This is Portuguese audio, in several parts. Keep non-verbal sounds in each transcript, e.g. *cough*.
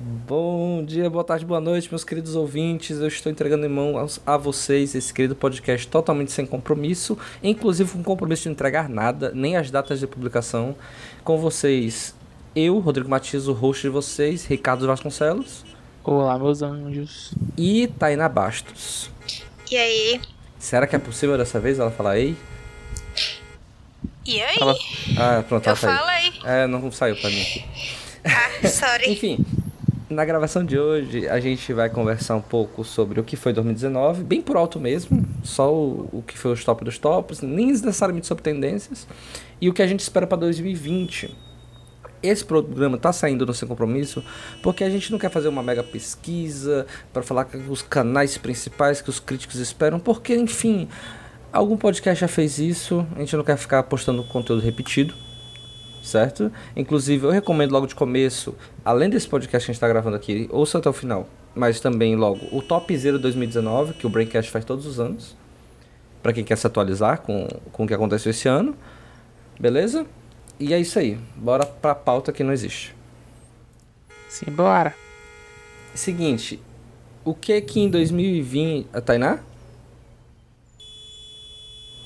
Bom dia, boa tarde, boa noite, meus queridos ouvintes. Eu estou entregando em mão aos- a vocês esse querido podcast totalmente sem compromisso, inclusive com compromisso de não entregar nada, nem as datas de publicação. Com vocês, eu, Rodrigo Matias, o host de vocês, Ricardo Vasconcelos Olá, meus anjos. e Tainá Bastos. E aí? Será que é possível dessa vez ela falar ei? E aí? Fala. Ah, pronto, ela Eu saiu. falei. É, não saiu pra mim aqui. Ah, *laughs* sorry. Enfim, na gravação de hoje a gente vai conversar um pouco sobre o que foi 2019, bem por alto mesmo, só o, o que foi os top dos tops, nem necessariamente sobre tendências, e o que a gente espera para 2020. Esse programa tá saindo no Sem Compromisso porque a gente não quer fazer uma mega pesquisa para falar com os canais principais que os críticos esperam, porque, enfim, algum podcast já fez isso, a gente não quer ficar postando conteúdo repetido certo? Inclusive, eu recomendo logo de começo, além desse podcast que a gente está gravando aqui, ouça até o final, mas também logo o Top Zero 2019, que o Braincast faz todos os anos, para quem quer se atualizar com, com o que aconteceu esse ano, beleza? E é isso aí, bora pra pauta que não existe. Simbora. Seguinte, o que é que em 2020... A Ah, Tainá?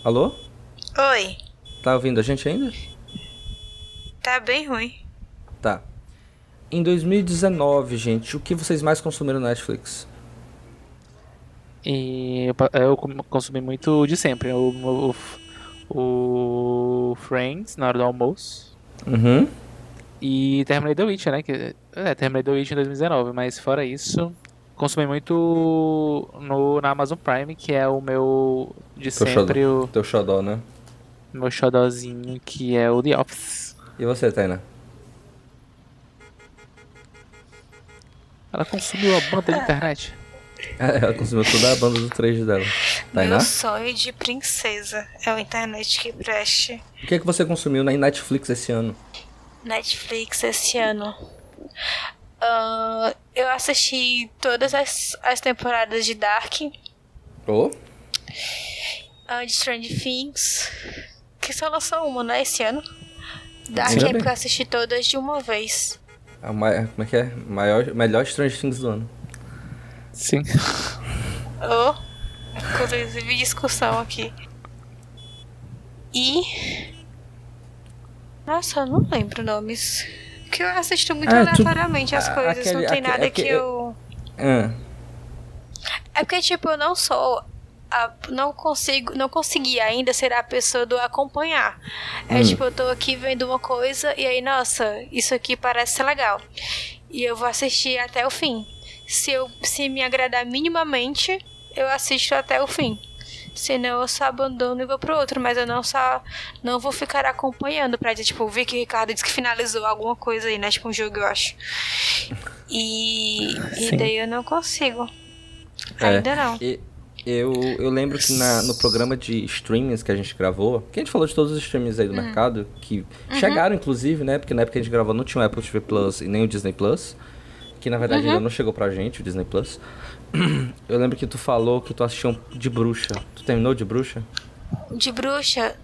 Alô? Oi. Tá ouvindo a gente ainda? Tá bem ruim. Tá. Em 2019, gente, o que vocês mais consumiram no Netflix? E eu, pa- eu com- consumi muito de sempre. O, o, o Friends na hora do almoço. Uhum. E terminei The Witch, né? Que, é, terminei The Witch em 2019, mas fora isso, consumi muito no, na Amazon Prime, que é o meu de Teu sempre, o Teu xodó, né? meu xodózinho, que é o The Office. E você, Tainá? *laughs* Ela consumiu a banda de internet. Ela consumiu toda a banda do 3 dela. Tainá? Meu sonho de princesa é a internet que preste. O que, é que você consumiu na Netflix esse ano? Netflix esse ano. Ah, eu assisti todas as, as temporadas de Dark, Oh? ah, de Strange Things, que só lançou uma, né, esse ano. Dark Ainda é bem. porque eu assisti todas de uma vez. A mai... Como é que é? Maior... Melhor Strange Things do ano. Sim. Oh, inclusive discussão aqui. E. Nossa, eu não lembro nomes. Que eu assisto muito Ah, tu- aleatoriamente as a- coisas, aquele- não tem aque- nada aque- é que eu. Ah, É porque, tipo, eu não sou. a- não consigo. Não consegui ainda ser a pessoa do acompanhar. É Hum. tipo, eu tô aqui vendo uma coisa e aí, nossa, isso aqui parece ser legal. E eu vou assistir até o fim. Se, eu, se me agradar minimamente, eu assisto até o fim. Senão eu só abandono e vou pro outro, mas eu não só não vou ficar acompanhando pra dizer, tipo, vi que o Ricardo disse que finalizou alguma coisa aí, né? Tipo um jogo, eu acho. E, e Sim. daí eu não consigo. É. Ainda não. e- eu, eu lembro que na- no programa de streamings que a gente gravou, que a gente falou de todos os streamings aí do mercado, que chegaram inclusive, né? Porque na época que a gente gravou não tinha o Apple TV Plus e nem o Disney Plus, que na verdade ainda não chegou pra gente, o Disney Plus. *clears throat* Eu lembro que tu falou que tu assistiu um de bruxa. Tu terminou de bruxa? De bruxa.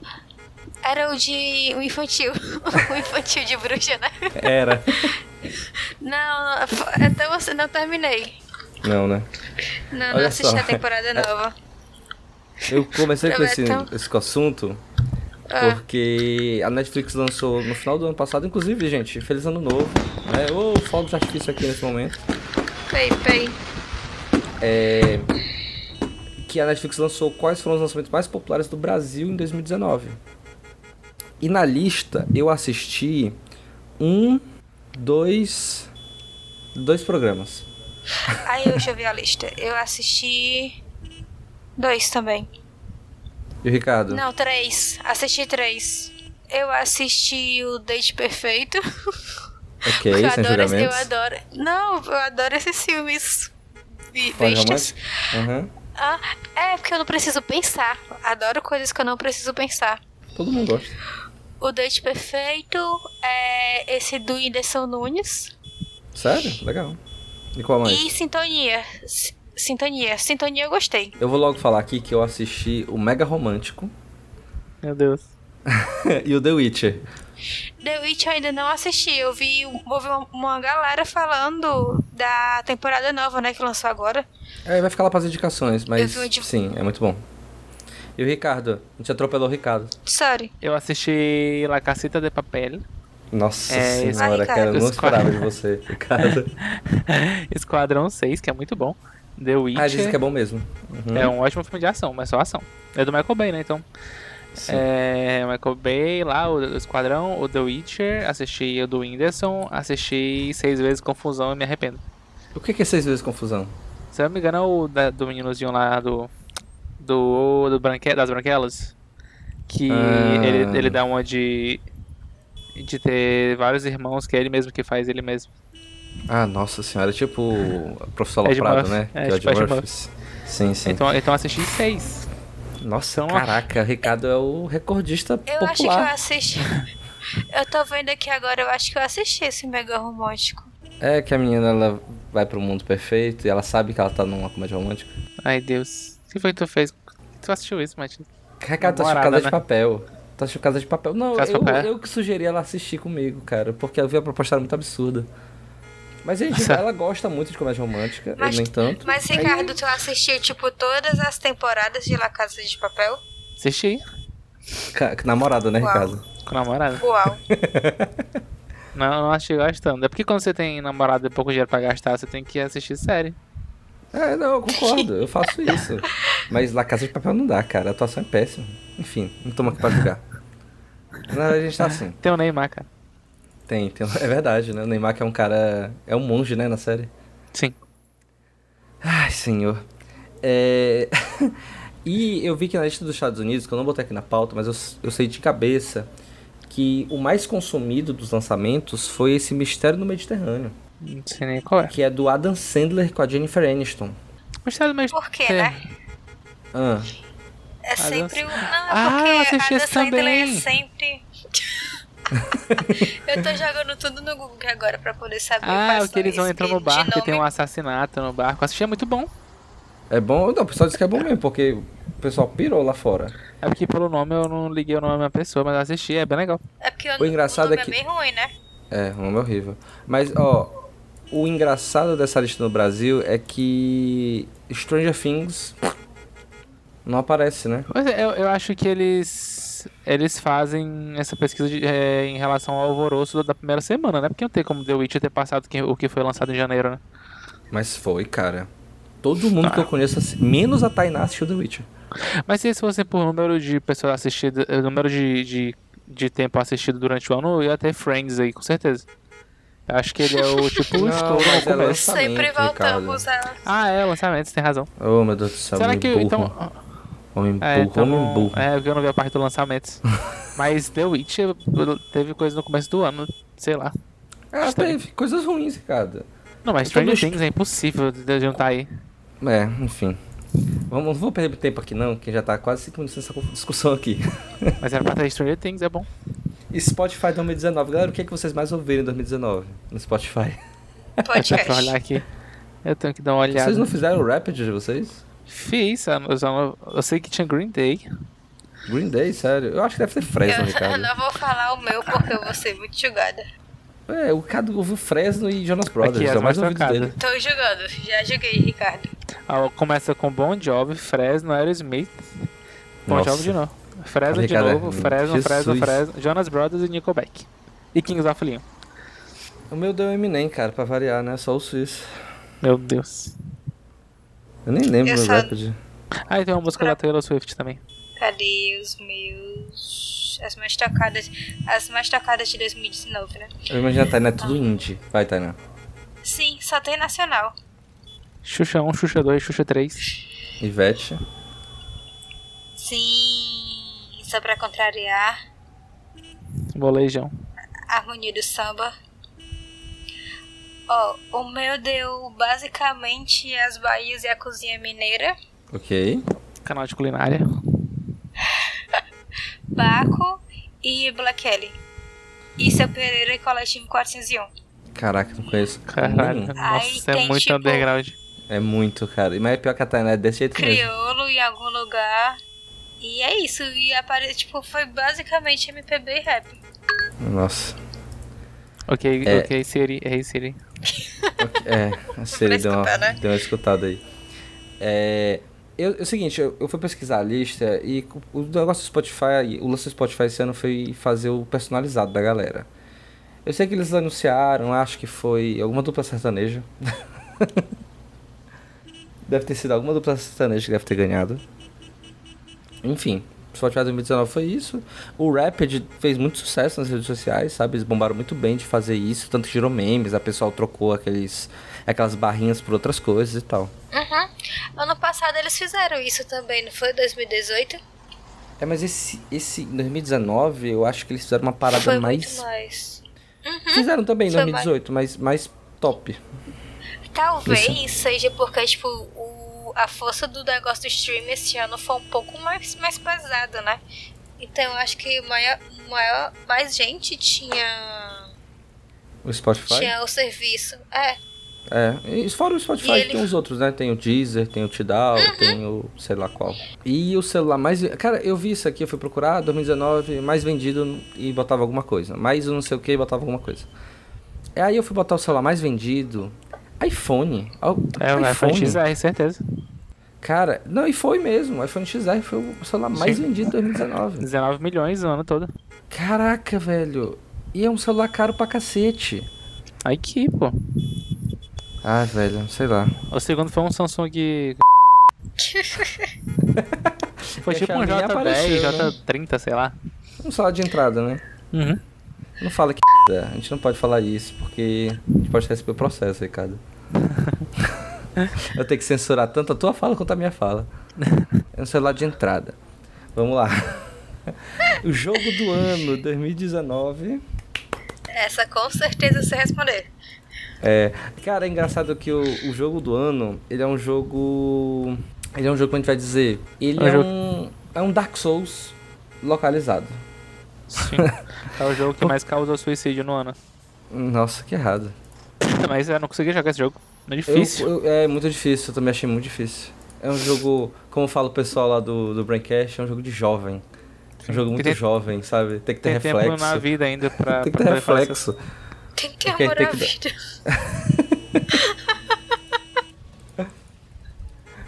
Era o de. o infantil. *laughs* o infantil de bruxa, né? Era. Não, não, f- então assim, não terminei. Não, né? Não, Olha não assisti só. a temporada nova. Eu comecei com esse, Então- esse assunto Ah. porque a Netflix lançou no final do ano passado, inclusive, gente, feliz ano novo, né? Ô, fogo de artifício aqui nesse momento. Pei, pei. É, que a Netflix lançou quais foram os lançamentos mais populares do Brasil em 2019. E na lista eu assisti um, dois, dois programas. Aí eu já vi a lista. Eu assisti. Dois também. E o Ricardo? Não, três. Assisti três. Eu assisti o Date Perfeito. Ok, eu sem adoro, eu julgamentos. adoro. Não, eu adoro esses filmes. bi- Fora Bestas. romântico? Aham. Ah, é porque eu não preciso pensar. Adoro coisas que eu não preciso pensar. Todo mundo gosta. O Date Perfeito é esse do Inderson Nunes. Sério? Legal. E qual mais? E Sintonia. S- Sintonia. Sintonia eu gostei. Eu vou logo falar aqui que eu assisti o Mega Romântico *laughs* Meu Deus. e o The Witcher. The Witch eu ainda não assisti. Eu vi ouvi uma, uma galera falando da temporada nova, né? Que lançou agora. É, vai ficar lá para as indicações, mas vi o de- sim, é muito bom. E o Ricardo? A gente atropelou o Ricardo. Sorry. Eu assisti La Casita de Papel, Nossa É, esse- senhora, Ai, cara, eu Ricardo. não esperava de você, *laughs* Ricardo. Esquadrão 6, que é muito bom. The Witcher. Ah, dizem que é bom mesmo. Uhum, É um ótimo filme de ação, mas só ação. É do Michael Bay, né? Então, sim. é, Michael Bay, lá, o, o Esquadrão, o The Witcher, assisti o do Whindersson, assisti seis vezes Confusão e me arrependo. O que que é seis vezes confusão? Se eu não me engano, é o da- do meninozinho lá do. do, do branque, das Branquelas, que Ah. ele, ele dá uma de. de ter vários irmãos que é ele mesmo que faz, ele mesmo. Ah, nossa senhora, é tipo o Professor Ed Loprado, Murphy. né? É, que tipo Ed Ed Murphy. Sim, sim. Então, então assisti seis. Nossa, então- caraca, o Ricardo é o recordista Eu acho que eu popular. assisti. *laughs* eu tô vendo aqui agora, eu acho que eu assisti esse mega romântico. É que a menina ela vai pro mundo perfeito e ela sabe que ela tá numa comédia romântica. Ai, Deus. O que foi que tu fez? Tu assistiu isso, Martin? Ricardo tá Namorada, assistindo Casa de né? Papel. Tá assistindo Casa de Papel. Não, Casa de eu, Papel. é? eu que sugeri ela assistir comigo, cara, porque eu vi a proposta era muito absurda. Mas gente, Nossa. ela gosta muito de comédia romântica, Mas- eu nem tanto. Mas, Ricardo, tu assistiu, tipo, todas as temporadas de La Casa de Papel? Assisti Ca- Namorada, né, Uau. Ricardo? com a namorada. Uau. Não, não achei gastando. É porque quando você tem namorada e pouco dinheiro pra gastar, você tem que assistir série. É, não, eu concordo, eu faço isso. *laughs* Mas La Casa de Papel não dá, cara, a atuação é péssima. Enfim, não toma aqui pra julgar. Na verdade, a gente tá assim. Tem o Neymar, cara. Tem, tem, é verdade, né? O Neymar que é um cara. É um monge, né, na série. Sim. Ai, senhor. É... *laughs* e eu vi que na lista dos Estados Unidos, que eu não botei aqui na pauta, mas eu, eu sei de cabeça que o mais consumido dos lançamentos foi esse Mistério no Mediterrâneo, Não sei nem qual é. que é do Adam Sandler com a Jennifer Aniston. Gostado mesmo. Por quê, né? Ah, É sempre o. Não, é Ah, porque eu assisti a esse Adam Sandler também. *laughs* é sempre. eu tô jogando tudo no Google agora pra poder saber. Ah, quais o que eles são vão entrar esses no barco de e tem um nome. assassinato no barco. Assistir é muito bom. é bom. Não, o pessoal disse que é bom mesmo, porque o pessoal pirou lá fora. É porque pelo nome eu não liguei o nome da pessoa, mas eu assisti, é bem legal. É porque O engraçado nome é que- bem ruim, né? É, o nome é horrível. Mas, ó, o engraçado dessa lista no Brasil é que Stranger Things não aparece, né? Mas é, eu, eu acho que eles. Eles fazem essa pesquisa de- é, em relação ao alvoroço da primeira semana, né? Porque não tem como The Witcher ter passado que- o que foi lançado em janeiro, né? Mas foi, cara. Todo mundo Tá. que eu conheço, assi- menos a Tainá, assistiu The Witcher. Mas se isso fosse por número de pessoas assistidas, eh, número de, de, de tempo assistido durante o ano, eu ia ter Friends aí, com certeza. Eu acho que ele *laughs* é o tipo Não, estouro mas no ela- começo. Justamente, sempre *laughs* voltamos a. Ah, é, lançamento, você tem razão. Oh, meu Deus do céu. Será homem que. burro. Então. Homem É, burro, homem então, burro. é, porque eu não vi a parte *laughs* do lançamento. Mas The Witch teve coisa no começo do ano, sei lá. Ah, Tá. teve coisas ruins, cara. Não, mas Eu tô no Stranger Things é impossível de juntar aí. É, enfim. Vamos, não vou perder tempo aqui não, que já tá quase 5 minutos nessa discussão aqui. *laughs* Mas era pra ter Stranger Things, é bom. Spotify 2019. Galera, o que, é que vocês mais ouviram em 2019 no Spotify? Deixa eu olhar Podcast. aqui. Eu tenho que dar uma olhada. Vocês não fizeram o Rapid de vocês? Fiz, eu, só- eu sei que tinha Green Day. Green Day, sério? Eu acho que deve ter Fresno, Eu, eu *laughs* Ricardo. não vou falar o meu porque eu vou ser muito julgada. É, o Ricardo ouviu Fresno e Jonas Brothers, Aqui, é as o mais mais ouvido tocadas. dele. Tô julgando, já julguei, Ricardo. Ah, Começa com Bon Job, Fresno, Aerosmith. Bon Nossa. Job de novo. Fresno de Ricardo, novo, Fresno, Fresno, Jesus. Fresno. Jonas Brothers e Nickelback. E Kings of Leon. O meu deu Eminem, cara, pra variar, né? Só o Suíço. Meu Deus. Eu nem lembro Eu do só- Rapid. Ah, e tem uma música da Taylor Swift também. Cadê os meus. As mais tocadas. As mais tocadas de 2019, né? Eu imagino a Tainá é tudo indie. Vai, Tainá. Sim, só tem nacional. Xuxa 1, Xuxa 2, Xuxa 3. Ivete. Sim, só pra contrariar. Molejão. Harmonia do samba. Ó, o meu deu basicamente as Bahias e a cozinha mineira. Ok. Canal de culinária. Baco e Black Kelly. E seu Pereira e um. Coletivo 401. Caraca, não conheço. Caralho. nenhum. Aí Nossa, é tem, muito tipo, underground. É muito, cara. Mas é pior que a Tainá é desse jeito mesmo. Crioulo em algum lugar. E é isso. E apare... tipo, foi basicamente MPB e rap. Nossa. Ok, É. ok, Siri. Ei, Siri. *laughs* É, a Siri deu uma, escutar, né? deu uma escutada aí. É, eu, é o seguinte, eu, eu fui pesquisar a lista e co- o negócio do Spotify, o lance do Spotify esse ano foi fazer o personalizado da galera. Eu sei que eles anunciaram, acho que foi alguma dupla sertaneja. *laughs* deve ter sido alguma dupla sertaneja que deve ter ganhado. Enfim, o Spotify 2019 foi isso. O Rapid fez muito sucesso nas redes sociais, sabe? Eles bombaram muito bem de fazer isso, tanto que gerou memes, a pessoa trocou aqueles, aquelas barrinhas por outras coisas e tal. Uhum. Ano passado eles fizeram isso também, não foi? 2018? É, mas esse, esse 2019, eu acho que eles fizeram uma parada foi mais. muito mais. Fizeram também em Foi 2018, mas mais top. Talvez seja porque, tipo, o, a força do negócio do stream esse ano foi um pouco mais, mais pesado, né? Então eu acho que maior, maior, mais gente tinha, O Spotify? tinha o serviço. É, *laughs* É. E fora o Spotify, E ele- Uhum. tem os outros, né? Tem o Deezer, tem o Tidal, tem o sei lá qual. E o celular mais. Cara, eu vi isso aqui, eu fui procurar, 2019, mais vendido e botava alguma coisa. Mais um não sei o que e botava alguma coisa. É, Aí eu fui botar o celular mais vendido. iPhone. Al- É o iPhone XR, certeza. Cara, não, e foi mesmo. O iPhone XR foi o celular mais Sim. vendido em 2019. 19 milhões o ano todo. Caraca, velho. E é um celular caro pra cacete. Aí que, pô. Ah, velho, sei lá. O segundo foi um Samsung. Foi E tipo a um Xiaomi J10, apareceu, né? J30, sei lá. Um celular de entrada, né? Uhum. Não fala que é. A gente não pode falar isso, porque a gente pode receber processo, *laughs* Ricardo. Eu tenho que censurar tanto a tua fala quanto a minha fala. É um celular de entrada. Vamos lá. O jogo do ano 2019. essa com certeza você responder. É, cara, é engraçado que o, o jogo do ano, ele é um jogo. Ele é um jogo, como a gente vai dizer? Ele É um é, jogo- um, é um Dark Souls localizado. Sim. *laughs* é o jogo que mais causou suicídio no ano. *laughs* Nossa, que errado. Mas eu não consegui jogar esse jogo. É Eu- difícil. eu- é muito difícil, eu também achei muito difícil. É um jogo, como fala o pessoal lá do, do Braincast, é um jogo de jovem. É um jogo muito Tem- jovem, sabe? Tem que ter Tem reflexo. tempo na vida ainda pra. Tem que pra ter poder falar reflexo. Tem que ter Ok, amor tem à que dar. vida.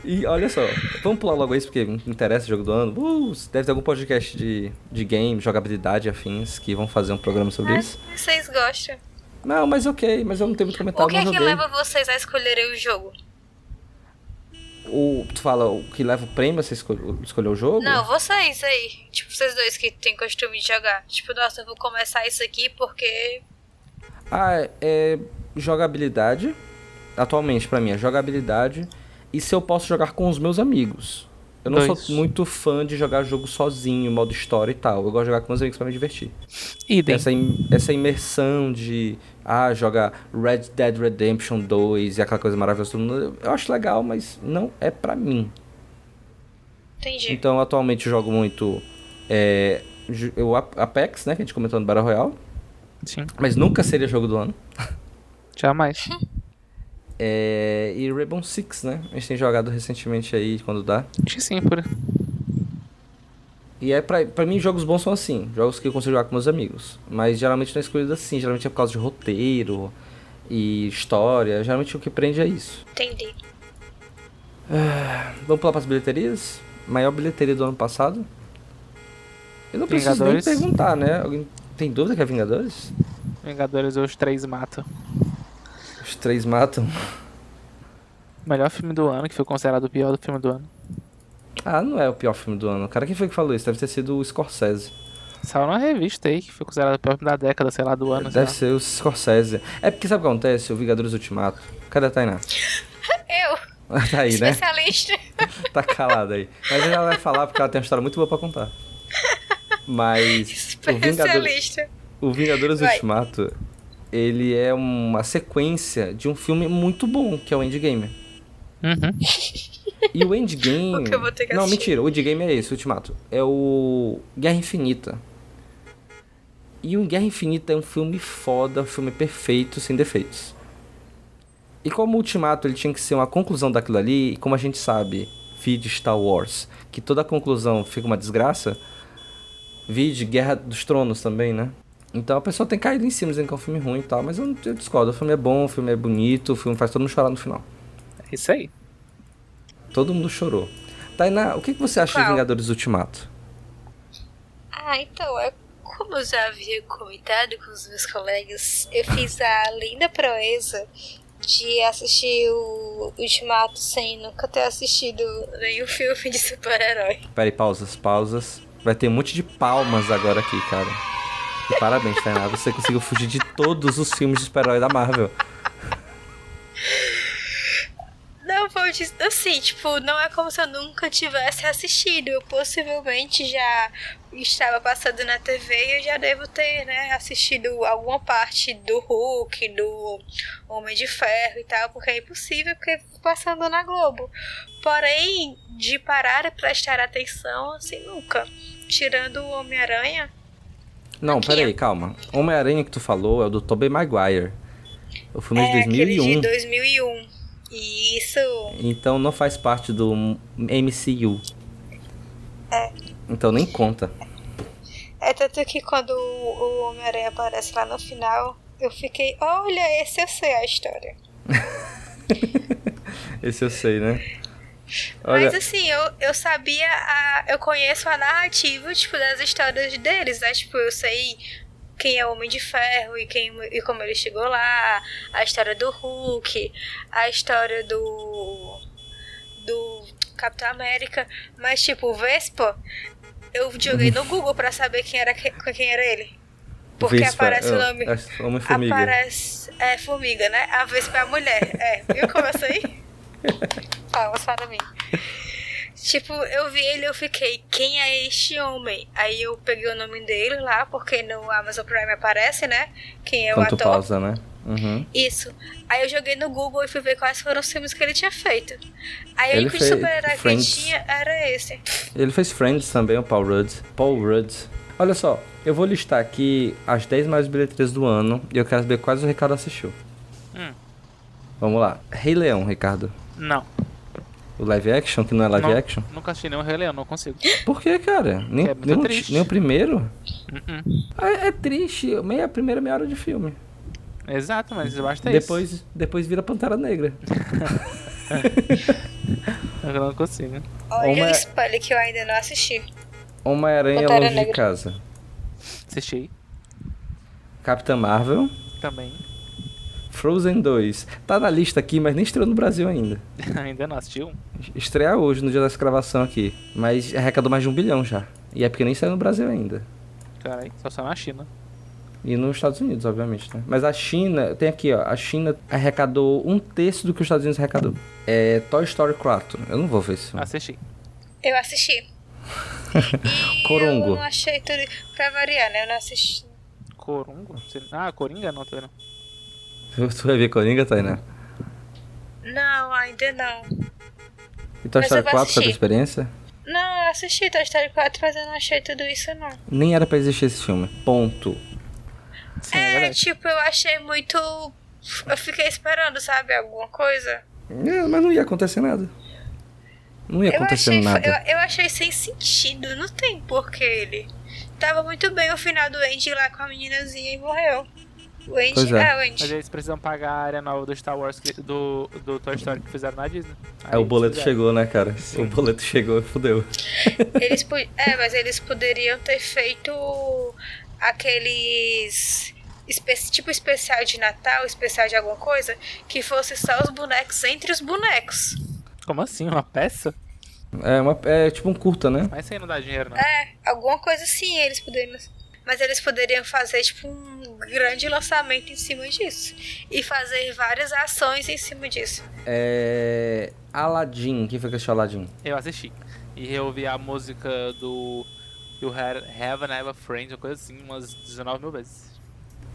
E olha só, vamos pular logo isso porque me interessa o jogo do ano. Uh, deve ter algum podcast de, de game, jogabilidade e afins que vão fazer um programa sobre isso. Vocês gostam? Não, mas ok, mas eu não tenho muito comentário, o que é mas eu que dei. leva vocês a escolherem o jogo? O, tu fala o que leva o prêmio, você escolheu, escolheu o jogo? Não, vocês aí. Tipo, vocês dois que têm costume de jogar. Tipo, nossa, eu vou começar isso aqui porque. Ah, é jogabilidade. Atualmente, pra mim, é jogabilidade. E se eu posso jogar com os meus amigos. Eu não Dois. sou muito fã de jogar jogo sozinho, modo história e tal. Eu gosto de jogar com meus amigos pra me divertir. Idem. Essa, im- essa imersão de, ah, jogar Red Dead Redemption 2 e aquela coisa maravilhosa. todo mundo, Eu acho legal, mas não é pra mim. Entendi. Então, atualmente, eu jogo muito é, ju- o Ap- Apex, né? Que a gente comentou no Battle Royale. É. Sim. Mas nunca seria jogo do ano. Jamais. É, e Rainbow Six, né? A gente tem jogado recentemente aí, quando dá. Acho sim, por. E é pra, pra mim, jogos bons são assim. Jogos que eu consigo jogar com meus amigos. Mas geralmente não é escolhido assim. Geralmente é por causa de roteiro e história. Geralmente o que prende é isso. Entendi. Vamos pular pras bilheterias? Maior bilheteria do ano passado? Eu não preciso Vingadores. nem perguntar, né? Alguém tem dúvida que é Vingadores? Vingadores ou Os Três Matam. Os três matam. Melhor filme do ano, que foi considerado o pior do filme do ano. Ah, não é o pior filme do ano. Cara, quem foi que falou isso? Deve ter sido o Scorsese. Saiu numa revista aí, que foi considerado o pior filme da década, sei lá, do ano. sei Deve ser o Scorsese. É porque sabe o que acontece? O Vingadores Ultimato. Cadê a Tainá? *laughs* Eu, Tá aí, né? especialista. Tá calada aí. Mas ela vai falar porque ela tem uma história muito boa pra contar. *laughs* Mas o, Vingado- Especialista. o Vingadores Vai. Ultimato, ele é uma sequência de um filme muito bom, que é o Endgame. lá. Uhum. *laughs* E o Endgame. Porque eu vou ter que não, assistir. mentira, o Endgame é esse, o Ultimato. É o Guerra Infinita. E o Guerra Infinita é um filme foda, um filme perfeito, sem defeitos. E como o Ultimato ele tinha que ser uma conclusão daquilo ali, e como a gente sabe, vide Star Wars, que toda conclusão fica uma desgraça, vide Guerra dos Tronos também, né? Então a pessoa tem caído em cima dizendo que é um filme ruim e tal, mas eu, não- eu discordo. O filme é bom, o filme é bonito, o filme faz todo mundo chorar no final. É isso aí. Todo mundo chorou. Tainá, o que, que você acha de Qual? Vingadores Ultimato? Ah, então, é como eu já havia comentado com os meus colegas, eu fiz a linda proeza de assistir o Ultimato sem nunca ter assistido nenhum filme de super-herói. Peraí, pausas, pausas. Vai ter um monte de palmas agora aqui, cara. E parabéns, Tainá. Você conseguiu fugir de todos os filmes de super-herói da Marvel. Não, vou dizer assim, tipo, não é como se eu nunca tivesse assistido. Eu possivelmente já estava passando na TV e eu já devo ter, né, assistido alguma parte do Hulk, do Homem de Ferro e tal, porque é impossível, porque passando na Globo. Porém, de parar e prestar atenção, assim, nunca. Tirando o Homem-Aranha, Não, Aqui, peraí, calma. Homem-Aranha que tu falou é o do Tobey Maguire. O filme de é aquele 2001. de 2001. E isso Então não faz parte do MCU. É. Então nem conta. É tanto que quando o o Homem-Aranha aparece lá no final, eu fiquei, olha, esse eu sei a história. Esse eu sei, né? Mas assim, eu, eu sabia, a, eu conheço a narrativa, tipo, das histórias deles, né? Tipo, eu sei quem é o Homem de Ferro e, quem, e como ele chegou lá, a história do Hulk, a história do. do Capitão América, mas tipo, o Vespa, eu joguei no Google pra saber quem era, que- quem era ele. Porque Vespa, aparece o ah, nome. ah, Homem-Formiga. Aparece. É, formiga, né? A Vespa é a mulher. É, viu como eu sei? *laughs* Palmas para mim. Tipo, eu vi ele eu fiquei, quem é este homem? Aí eu peguei o nome dele lá, porque no Amazon Prime aparece, né? Quem é o Quanto ator. pausa, né? Uhum. Isso. Aí eu joguei no Google e fui ver quais foram os filmes que ele tinha feito. Aí Ele o único fez super-herói que ele Friends. tinha era esse. Ele fez Friends também, o Paul Rudd. Paul Rudd. Olha só, eu vou listar aqui as 10 maiores bilheterias do ano e eu quero saber quais o Ricardo assistiu. Hum. Vamos lá. Rei Leão, Ricardo. Não. O live action, que não é live não, action. Nunca assisti nenhum Rei Leão, não consigo. Por que, cara? Nem, É muito nem, o, triste. ti- nem o primeiro? Uh-uh. É, é triste. Meia, a primeira meia hora de filme. Exato, mas basta isso. Depois, depois vira Pantera Negra. É Eu não consigo. Olha Uma- o spoiler que eu ainda não assisti. Homem-Aranha Pantera longe de Negra. casa. Assisti Capitã Marvel. também. *laughs* Frozen 2. Tá na lista aqui, mas nem estreou no Brasil ainda. Ainda não assisti um. Estreia hoje, no dia dessa gravação aqui. Mas arrecadou mais de um bilhão já. E é porque nem saiu no Brasil ainda. Caralho, só só na China. E nos Estados Unidos, obviamente, né? Mas a China, tem aqui, ó. A China arrecadou um terço do que os Estados Unidos arrecadou. É Toy Story 4. Eu não vou ver isso. Assisti. *laughs* Eu assisti. E Corongo. Eu não achei tudo. Pra variar, né? Eu não assisti. Corungo? Sei- Ah, Coringa não, tô vendo. *laughs* Tu vai ver Coringa, Tainá? Não, ainda não. E Toy Mas eu Story 4 foi a vou tua assistir. experiência? Não, eu assisti Toy Story 4, mas eu não achei tudo isso, não. Nem era pra existir esse filme. Ponto. Sim, é, verdade. tipo, eu achei muito. Eu fiquei esperando, sabe? Alguma coisa. É, mas não ia acontecer nada. Não ia Eu acontecer achei, nada. eu, eu achei sem sentido, não tem porquê ele. Tava muito bem o final do Andy lá com a meninazinha e morreu. O Andy, Pois é. ah, o Mas Andy. eles precisam pagar a área nova do Star Wars, que- do, do Toy Story que fizeram na Disney. É, o boleto chegou. chegou, né, cara? O boleto chegou, fudeu. Eles, po- é, mas eles poderiam ter feito aqueles. espe- Tipo especial de Natal, especial de alguma coisa, que fosse só os bonecos entre os bonecos. Como assim? Uma peça? É, uma- é tipo um curta, né? Mas isso aí não dá dinheiro, não. É, alguma coisa assim eles poderiam. Mas eles poderiam fazer, tipo, um grande lançamento em cima disso. E fazer várias ações em cima disso. É. Aladdin. Quem foi que assistiu Aladdin? Eu assisti. E eu ouvi a música do You Had- Have and Have a Friend, uma coisa assim, umas 19 mil vezes.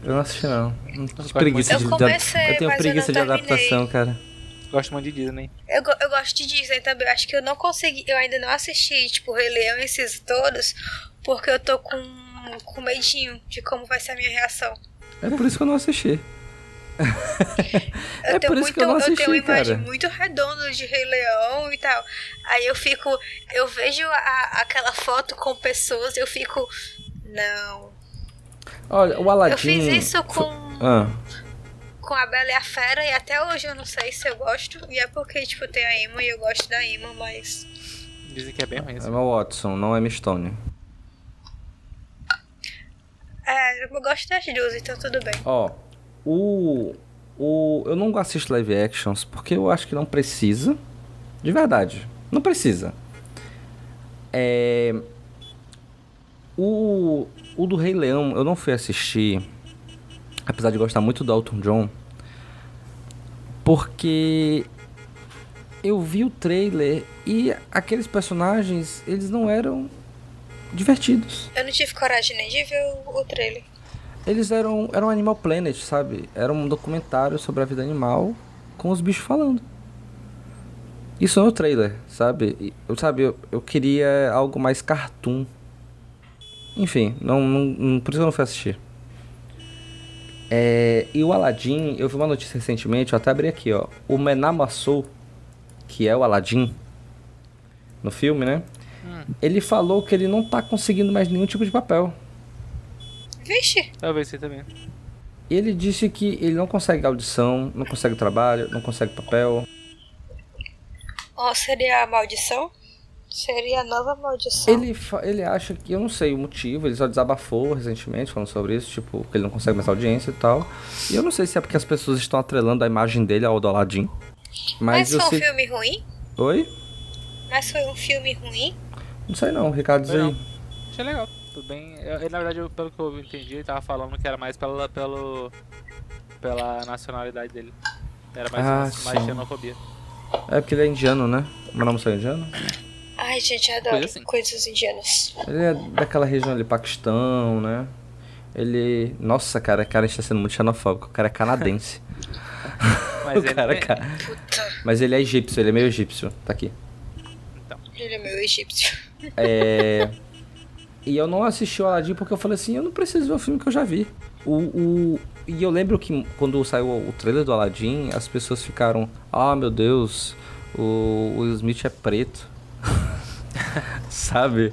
Eu não assisti, não. Eu tenho gosto preguiça muito. de Eu comecei, Eu tenho mas eu preguiça não de terminei. adaptação, cara. Gosto muito de Disney. Eu, go- eu gosto de Disney também. Eu acho que eu não consegui. Eu ainda não assisti, tipo, Rei Leão e esses todos, porque eu tô com, com medinho de como vai ser a minha reação. É por isso que eu não *laughs* assisti. Eu É tenho por isso muito, que eu não eu tenho assisti, uma imagem cara. muito redonda de Rei Leão e tal. Aí eu fico, eu vejo a- aquela foto com pessoas, eu fico, não. Olha, o Aladdin... eu fiz isso foi- com, Ah, com a Bela e a Fera e até hoje eu não sei se eu gosto. E é porque, tipo, tem a Emma e eu gosto da Emma, mas. Dizem que é bem ruim. é assim. Emma Watson, não Emma Stone. É, eu gosto das duas, então tudo bem. Ó, o, o. Eu não assisto live actions porque eu acho que não precisa. De verdade. Não precisa. É. O. O do Rei Leão, eu não fui assistir. Apesar de gostar muito do Elton John. Porque. Eu vi o trailer e aqueles personagens, eles não eram divertidos. Eu não tive coragem nem de ver o, o trailer. Eles eram, eram Animal Planet, sabe? Era um documentário sobre a vida animal com os bichos falando. Isso não é o trailer, sabe? E- Eu, sabe, eu, eu queria algo mais cartoon. Enfim, não, não, não- por isso eu não fui assistir. É, e o Aladdin, eu vi uma notícia recentemente, eu até abri aqui, ó. O Menamassou, que é o Aladdin, no filme, né? Ele falou que ele não tá conseguindo mais nenhum tipo de papel. É. Vixe, Talvez você também. Ele disse que ele não consegue audição, não consegue trabalho, não consegue papel. ó, seria a maldição? Seria a nova maldição. Ele, fa- ele acha que, eu não sei o motivo, ele só desabafou recentemente falando sobre isso, tipo, que ele não consegue mais audiência e tal. E eu não sei se é porque as pessoas estão atrelando a imagem dele ao do Aladdin. Mas, Mas, eu foi sei. um filme ruim? Oi? Mas foi um filme ruim? Não sei não, Ricardo, diz Foi aí. não. Achei legal. Tudo bem. Eu- ele, na verdade, eu- pelo que eu entendi, ele tava falando que era mais pela, pelo, pela nacionalidade dele. Era mais, Ah, mais, mais sim. *laughs* xenofobia. É porque ele é indiano, né? Meu nome é indiano? Ai, gente, eu adoro Coisa assim. coisas indianas. Ele é daquela região ali, Paquistão, né? Ele. Nossa, cara, cara, a gente tá sendo muito xenofóbico. O cara é canadense. *laughs* Mas o ele, cara, é ca- Puta, Mas ele é egípcio, ele é meio egípcio. Tá aqui. ele é meu egípcio. É... e eu não assisti o Aladdin porque eu falei assim, eu não preciso ver o filme que eu já vi. O, o- E eu lembro que quando saiu o trailer do Aladdin, as pessoas ficaram, ah, meu Deus, o o Will Smith é preto. *laughs* Sabe?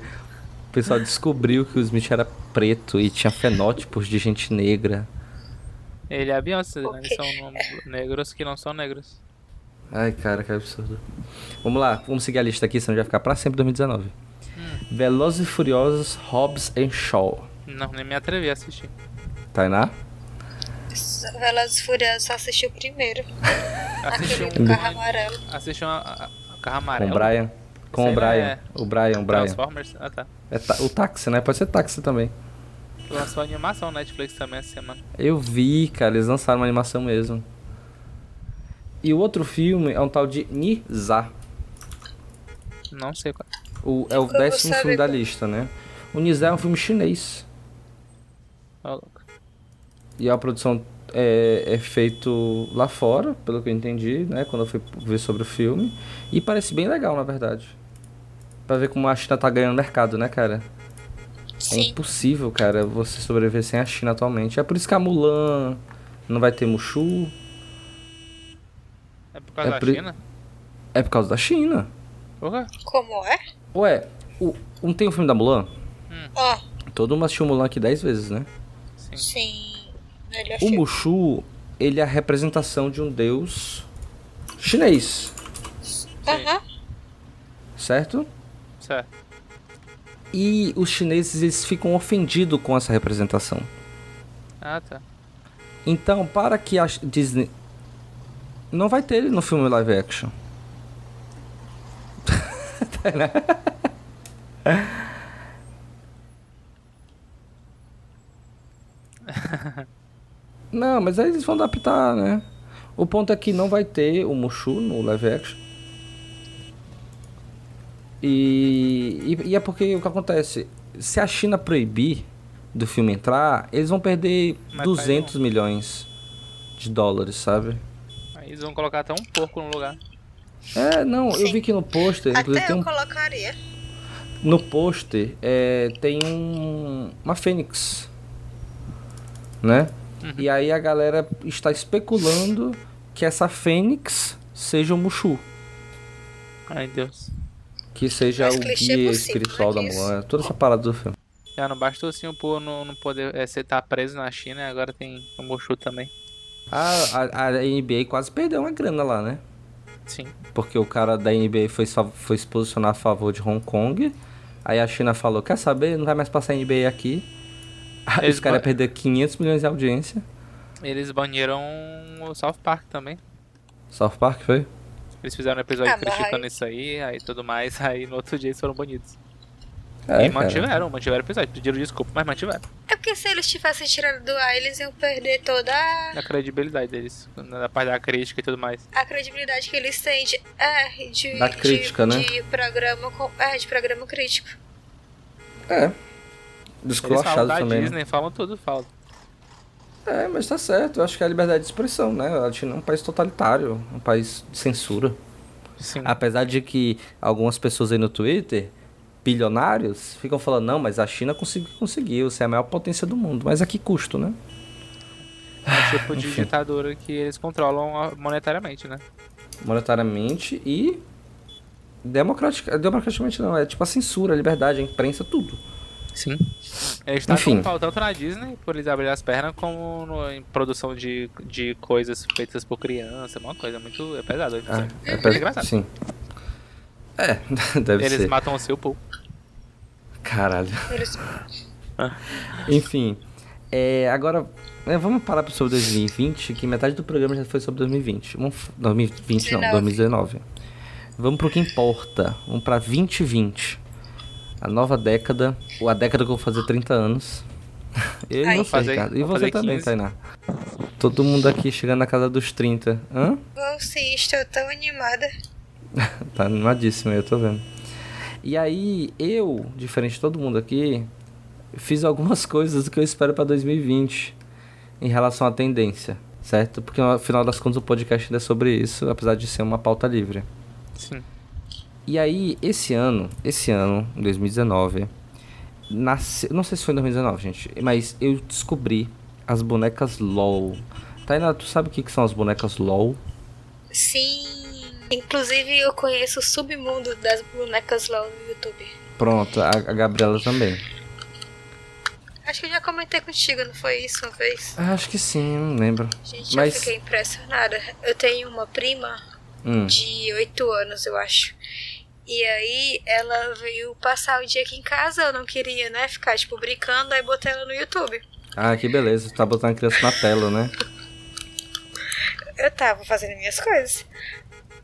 O pessoal descobriu que o Smith era preto e tinha fenótipos de gente negra. ele é a Beyoncé, né? Eles Ok. são no- negros que não são negros. Ai, cara, que absurdo. Vamos lá, vamos seguir a lista aqui, senão já vai ficar pra sempre 2019. Velozes e Furiosos, Hobbs and Shaw. Não, nem me atrevi a assistir. Tainá? Velozes e Furiosos só assistiu o primeiro. Assisti Aquele um. do carro amarelo. Assisti um. a- a- Carro Com o amarelo. Brian. Com o Ah, é Sei lá, Brian. é. O Brian, o Brian. Transformers? Ah tá. É ta- o táxi, né? Pode ser táxi também. Lançou animação na Netflix também essa semana. Eu vi, cara, eles lançaram uma animação mesmo. E o outro filme é um tal de Nizar. Não sei qual. O, é o vou décimo saber filme da qual. lista, né? O Nizar é um filme chinês. Ô, louco. E a produção é, é feito lá fora, pelo que eu entendi, né? Quando eu fui ver sobre o filme. E parece bem legal, na verdade. Pra ver como a China tá ganhando mercado, né, cara? É Sim. impossível, cara, você sobreviver sem a China atualmente. É por isso que a Mulan não vai ter Mushu. É por causa É da por- China? É por causa da China. Porra. Como é? Ué, o, não tem o filme da Mulan? Ó, Todo mundo assistiu Mulan aqui 10 vezes, né? Sim. sim. Melhor O filme. Mushu, ele é a representação de um deus chinês, Aham. certo? Certo. E os chineses, eles ficam ofendidos com essa representação. Ah tá. Então, para que a Disney... Não vai ter ele no filme live action. Não, mas aí eles vão adaptar, né? O ponto é que não vai ter o Mushu no live action. E, e, e é porque o que acontece? Se a China proibir do filme entrar, eles vão perder Mas faz 200 milhões de dólares, sabe? Aí Aí Eles vão colocar até um porco no lugar. É, não, eu Sim. vi que no pôster, inclusive Até tem eu um, colocaria. no pôster é, tem um, uma fênix, né? Uhum. E aí a galera está especulando que essa fênix seja o Mushu, Ai, Deus. que seja Mais o clichê guia possível, espiritual né, da que isso? Mulan, toda essa parada do filme. Já não bastou assim o povo não, não poder é, ser, tá preso na China, agora tem o Mushu também. A, a, a NBA quase perdeu uma grana lá, né? Sim. Porque o cara da NBA foi, sa- foi se posicionar a favor de Hong Kong. Aí a China falou: Quer saber? Não vai mais passar NBA aqui. Aí Eles os caras ba- perderam 500 milhões de audiência. Eles baniram o South Park também. South Park foi? Eles fizeram um episódio Ah, mas criticando isso aí, aí tudo mais, *laughs* aí no outro dia eles foram banidos. É, e cara. mantiveram, mantiveram o episódio, pediram desculpa, mas mantiveram. É porque se eles tivessem tirado do ar, eles iam perder toda a- A credibilidade deles, na parte da crítica e tudo mais. a credibilidade que eles têm de, é, de, Da de- crítica, né? de programa com, é, de programa crítico. É. Eles falam Descolachado da também. né? Disney, falam tudo, falam. É, mas tá certo. Eu acho que é a liberdade de expressão, né? A China é um país totalitário, um país de censura. Sim. Apesar de que algumas pessoas aí no Twitter, bilionários, ficam falando: Não, mas a China conseguiu, conseguiu. Você é a maior potência do mundo. Mas a que custo, né? É tipo *laughs* de Enfim. ditadura que eles controlam ah, monetariamente, né? monetariamente e democratica, democraticamente não, é tipo a censura, a liberdade, a imprensa, tudo. Sim. Eles tá Enfim. com pau tanto na Disney, por eles abrirem as pernas, como no- em produção de, de coisas feitas por criança, é uma coisa muito é pesado. Ah, É, é, muito pra- engraçado. Sim. É, *laughs* deve Eles ser. matam o seu povo. Caralho. Eles- Enfim, é, agora é, vamos parar sobre 2020, que metade do programa já foi sobre 2020. Vamos, f- 2020 não, 2019. Vamos pro que importa. Vamos pra 2020. A nova década, ou a década que eu vou fazer 30 anos. *laughs* Eu Ai. não Vou sei, fazer- Ricardo. E vou você fazer também, 15. Tainá. Todo mundo aqui chegando na casa dos 30. Hã? Bom, "Oh, sim, estou tão animada. Tá animadíssimo, eu tô vendo. E aí, eu, diferente de todo mundo aqui, fiz algumas *laughs* coisas que eu espero pra 2020 em relação à tendência, certo? Porque no final das contas o podcast ainda é sobre isso, apesar de ser uma pauta livre. Sim. E aí, esse ano, esse ano, em 2019, nasce... não sei se foi em 2019, gente, mas eu descobri as bonecas LOL. Tainá, tu sabe o que, que são as bonecas LOL? Sim. Inclusive, eu conheço o submundo das bonecas LOL no YouTube. Pronto, a, a Gabriela também. Acho que eu já comentei contigo, não foi isso uma vez? Ah, Acho que sim, não lembro. Gente, Mas- eu fiquei impressionada. Eu tenho uma prima Hum. de 8 anos, eu acho. E aí ela veio passar o dia aqui em casa, eu não queria, né, ficar tipo brincando, aí botei ela no YouTube. Ah, que beleza. Tu tá botando a criança na tela, né? Eu tava fazendo minhas coisas.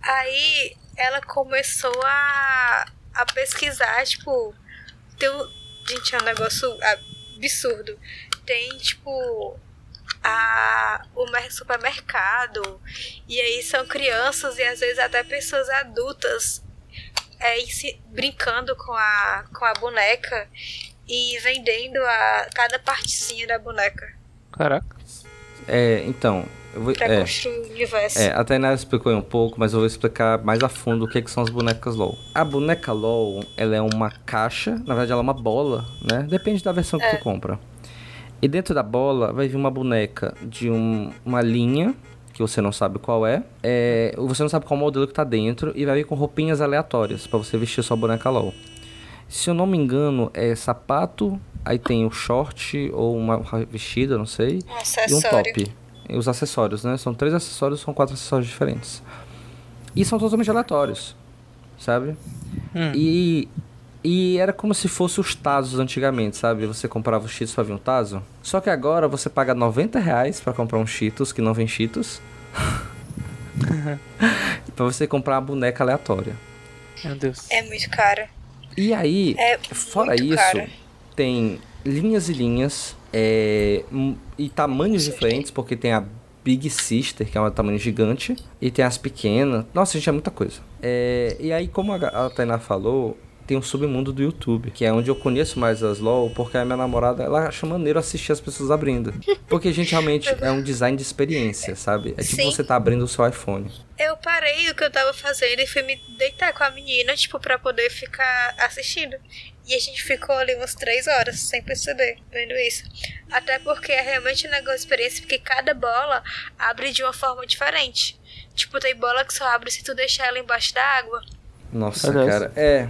Aí ela começou a, a pesquisar, tipo, tem um, gente, é um negócio absurdo. Tem, tipo, a, o mer- supermercado, e aí são crianças e às vezes até pessoas adultas é, e se- brincando com a, com a boneca e vendendo a, cada partezinha da boneca Caraca. É, então. Eu vou, pra é, construir o universo. é, a Tainá explicou aí um pouco, mas eu vou explicar mais a fundo o que, que são as bonecas LOL. A boneca LOL, ela é uma caixa, na verdade ela é uma bola, né? Depende da versão que tu compra. E dentro da bola vai vir uma boneca de um- uma linha, que você não sabe qual é, é. Você não sabe qual modelo que tá dentro, e vai vir com roupinhas aleatórias pra você vestir sua boneca LOL. Se eu não me engano, é sapato, aí tem o short ou uma vestida, não sei. Um e um acessório. top. E os acessórios, né? São três acessórios, são quatro acessórios diferentes. E são totalmente aleatórios, sabe? Hum. E, e era como se fosse os Tazos antigamente, sabe? Você comprava o Cheetos pra vir um Tazo. Só que agora você paga 90 reais pra comprar um Cheetos, que não vem Cheetos. *laughs* pra você comprar uma boneca aleatória. Meu Deus. É muito caro. E aí, É fora muito isso, caro. tem linhas e linhas é, hum, e tamanhos diferentes, porque tem a Big Sister, que é um tamanho gigante, e tem as pequenas. Nossa, gente, é muita coisa. É, e aí, como a, Ga- a Tainá falou, tem um submundo do YouTube, que é onde eu conheço mais as LOL, porque a minha namorada, ela acha maneiro assistir as pessoas *laughs* abrindo. Porque, gente, realmente é um design de experiência, sabe? É tipo Sim. você tá abrindo o seu iPhone. Eu parei o que eu tava fazendo e fui me deitar com a menina, tipo, pra poder ficar assistindo. E a gente ficou ali umas três horas, sem perceber, vendo isso. Até porque é realmente um negócio de experiência, porque cada bola abre de uma forma diferente. Tipo, tem bola que só abre se tu deixar ela embaixo da água. Nossa, Aliás. cara. É.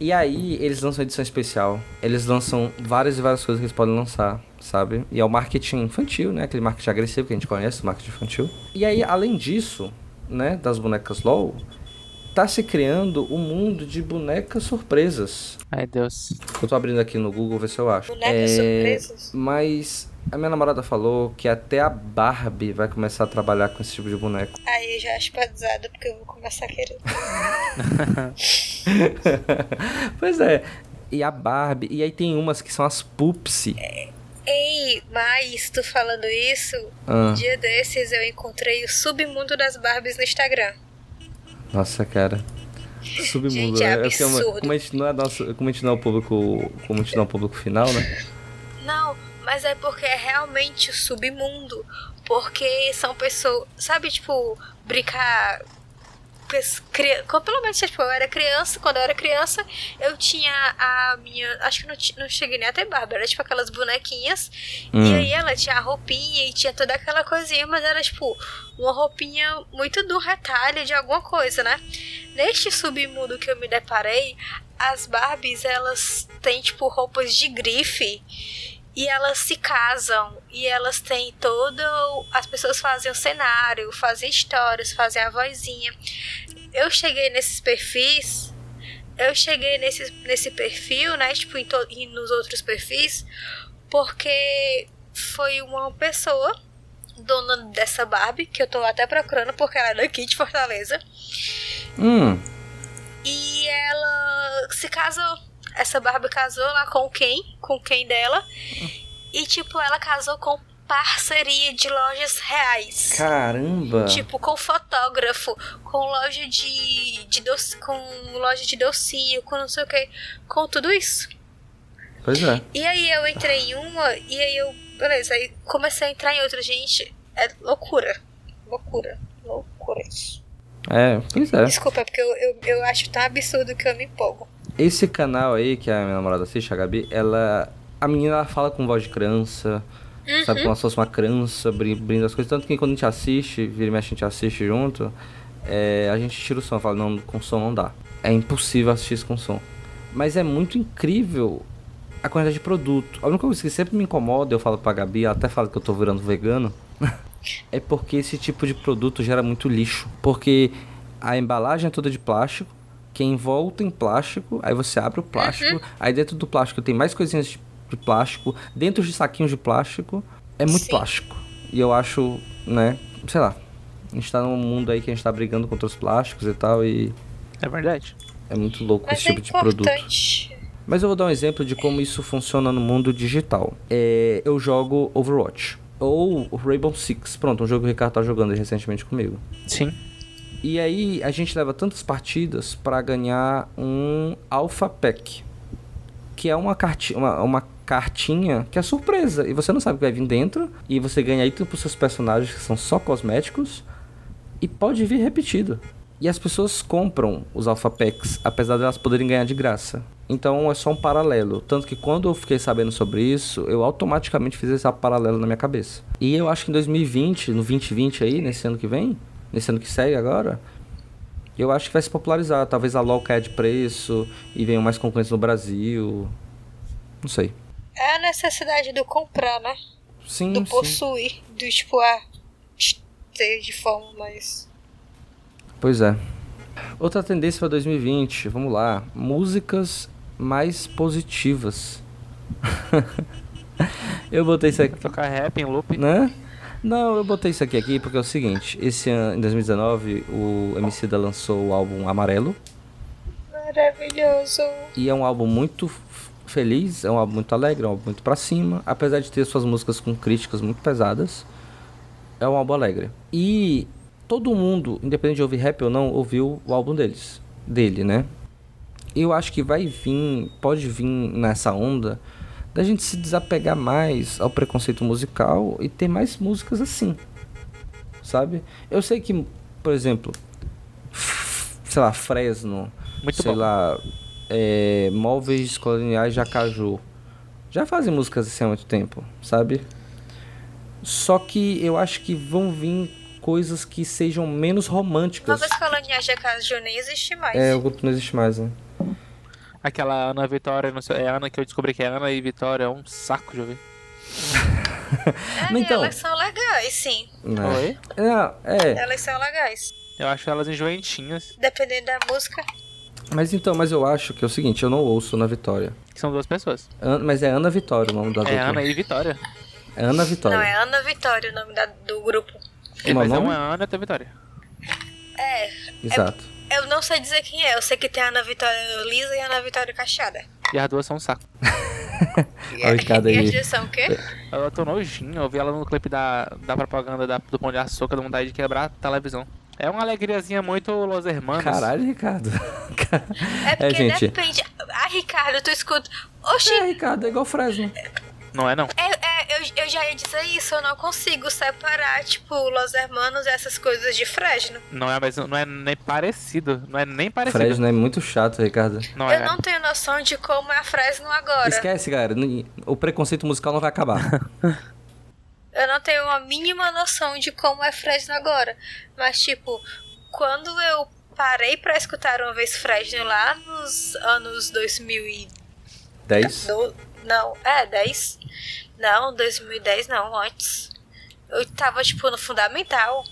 E aí, eles lançam edição especial. Eles lançam várias e várias coisas que eles podem lançar, sabe? E é o marketing infantil, né? Aquele marketing agressivo que a gente conhece, o marketing infantil. E aí, além disso, né? Das bonecas LOL, tá se criando um mundo de bonecas surpresas. Ai, Deus. Eu tô abrindo aqui no Google, ver se eu acho. É, Bonecas surpresas? Mas a minha namorada falou que até a Barbie vai começar a trabalhar com esse tipo de boneco. Aí eu já acho padizada, porque eu vou começar a querer. *laughs* pois é. E a Barbie. E aí tem umas que são as Pupsi. Ei, mas tu falando isso, Ah, um dia desses eu encontrei o submundo das Barbies no Instagram. nossa, cara. Submundo, Gente, é né? porque absurdo. como a gente não é nosso, como a gente não é o público, como a gente não é o público final, né? Não, mas é porque é realmente o submundo. Porque são pessoas. Sabe, tipo, brincar. pes- cri- quando- Pelo menos, tipo, eu era criança, quando eu era criança, eu tinha a minha. Acho que não, ti- não cheguei nem até Bárbara, era tipo aquelas bonequinhas. E Hum. aí ela tinha a roupinha e tinha toda aquela coisinha, mas era tipo uma roupinha muito do retalho de alguma coisa, né? Neste submundo que eu me deparei, as Barbies, elas têm, tipo, roupas de grife. E elas se casam. E elas têm todo... o- As pessoas fazem o cenário, fazem histórias, fazem a vozinha. Eu cheguei nesses perfis... Eu cheguei nesse, nesse perfil, né? Tipo, em to- e nos outros perfis. Porque foi uma pessoa dona dessa Barbie, que eu tô até procurando porque ela é daqui de Fortaleza. Hum, E ela se casou. Essa Barbie casou lá com quem? Com quem dela. E tipo, ela casou com parceria de lojas reais. caramba. Tipo, com fotógrafo, com loja de, de doce, com loja de docinho, com não sei o que, com tudo isso. Pois é. E aí eu entrei em uma e aí eu, beleza, aí comecei a entrar em outra, gente, é loucura. Loucura, loucura isso. É, pois é. Desculpa, é porque eu, eu, eu acho tão absurdo que eu me empolgo. Esse canal aí que a minha namorada assiste, a Gabi, ela. A menina ela fala com voz de criança, Uhum. sabe? Como se fosse uma criança, brin- brinda as coisas. Tanto que quando a gente assiste, vira e mexe, a gente assiste junto, é, a gente tira o som, fala, não, com som não dá. É impossível assistir isso com som. Mas é muito incrível a quantidade de produto. A única coisa que sempre me incomoda, eu falo pra Gabi, ela até fala que eu tô virando vegano, *laughs* é porque esse tipo de produto gera muito lixo. Porque a embalagem é toda de plástico, que é envolta em plástico, aí você abre o plástico, aí dentro do plástico tem mais coisinhas de- de plástico, dentro de saquinhos de plástico, é muito Sim. plástico. E eu acho, né, sei lá, a gente tá num mundo aí que a gente tá brigando contra os plásticos e tal, e É verdade. é muito louco Mas esse é tipo de produto. importante. Mas eu vou dar um exemplo de como isso funciona no mundo digital. É, eu jogo Overwatch. Ou Rainbow Six. Pronto, um jogo que o Ricardo tá jogando recentemente comigo. Sim. E aí a gente leva tantas partidas pra ganhar um Alpha Pack. Que é uma, carti uma, uma cartinha que é surpresa. E você não sabe o que vai vir dentro. E você ganha item pros seus personagens que são só cosméticos. E pode vir repetido. E as pessoas compram os Alpha Packs, apesar de elas poderem ganhar de graça. Então é só um paralelo. Tanto que quando eu fiquei sabendo sobre isso, eu automaticamente fiz esse paralelo na minha cabeça. E eu acho que em 2020, no 2020 aí, nesse ano que vem, nesse ano que segue agora, eu acho que vai se popularizar. Talvez a LOL caia de preço e venham mais concorrentes no Brasil. Não sei. É a necessidade do comprar, né? Sim, Do sim. possuir, do tipo, ah, ter de forma mais. Pois é. Outra tendência para 2020, vamos lá. Músicas mais positivas. *laughs* eu botei isso aqui. Tocar rap em loop. Né? Não, eu botei isso aqui, aqui porque é o seguinte: esse ano, em 2019, o MC da lançou o álbum Amarelo. Maravilhoso. E é um álbum muito f- feliz, é um álbum muito alegre, é um álbum muito pra cima, apesar de ter suas músicas com críticas muito pesadas. É um álbum alegre. E todo mundo, independente de ouvir rap ou não, ouviu o álbum deles, dele, né? eu acho que vai vir, pode vir nessa onda da gente se desapegar mais ao preconceito musical e ter mais músicas assim. Sabe? Eu sei que, por exemplo, sei lá, Fresno, Muito sei bom. lá, é, Móveis Coloniais Jacaju, já fazem músicas assim há muito tempo, sabe? Só que eu acho que vão vir coisas que sejam menos românticas. Novas coloniais de acaso nem existe mais. É, o grupo não existe mais, né? Aquela Ana Vitória, não sei, é Ana que eu descobri que é Ana e Vitória, é um saco de ouvir. É, Mas então- elas são legais, sim. Né? Oi? Não, é, Elas são legais. Eu acho elas enjoentinhas, Dependendo da música. mas então, mas eu acho que é o seguinte, eu não ouço Ana Vitória. que são duas pessoas. An- mas é Ana Vitória o nome da É dupla. Ana e Vitória. É Ana Vitória. Não, é Ana Vitória o nome da- do grupo. Como é o mas nome? um é Ana e outra é Vitória. Exato. Eu não sei dizer quem é. Eu sei que tem a Ana Vitória Lisa e a Ana Vitória Cachada. E as duas são um saco. É Olha o Ricardo E as aí. duas são o quê? Ela tô nojinha, eu vi ela no clipe da, da propaganda da- do Pão de Açúcar, da vontade de quebrar a televisão. É uma alegriazinha muito Los Hermanos. Caralho, Ricardo. É é, porque gente. depende. Ah, Ricardo, tu escuta. Oxi, É, Ricardo, é igual Fresno. Não é não. é- é, eu, eu já ia dizer isso. Eu não consigo separar, tipo, Los Hermanos e essas coisas de Fresno. Não é, mas não é nem parecido. Não é nem parecido. Fresno é muito chato, Ricardo. Não Eu é. não tenho noção de como é a Fresno agora. Esquece, galera. n- O preconceito musical não vai *laughs* acabar. Eu não tenho a mínima noção de como é Fresno agora. Mas, tipo, quando eu parei pra escutar uma vez Fresno lá nos anos 2012. 10? Não, é, 10. Não, 2010 não, antes. Eu tava, tipo, no Fundamental.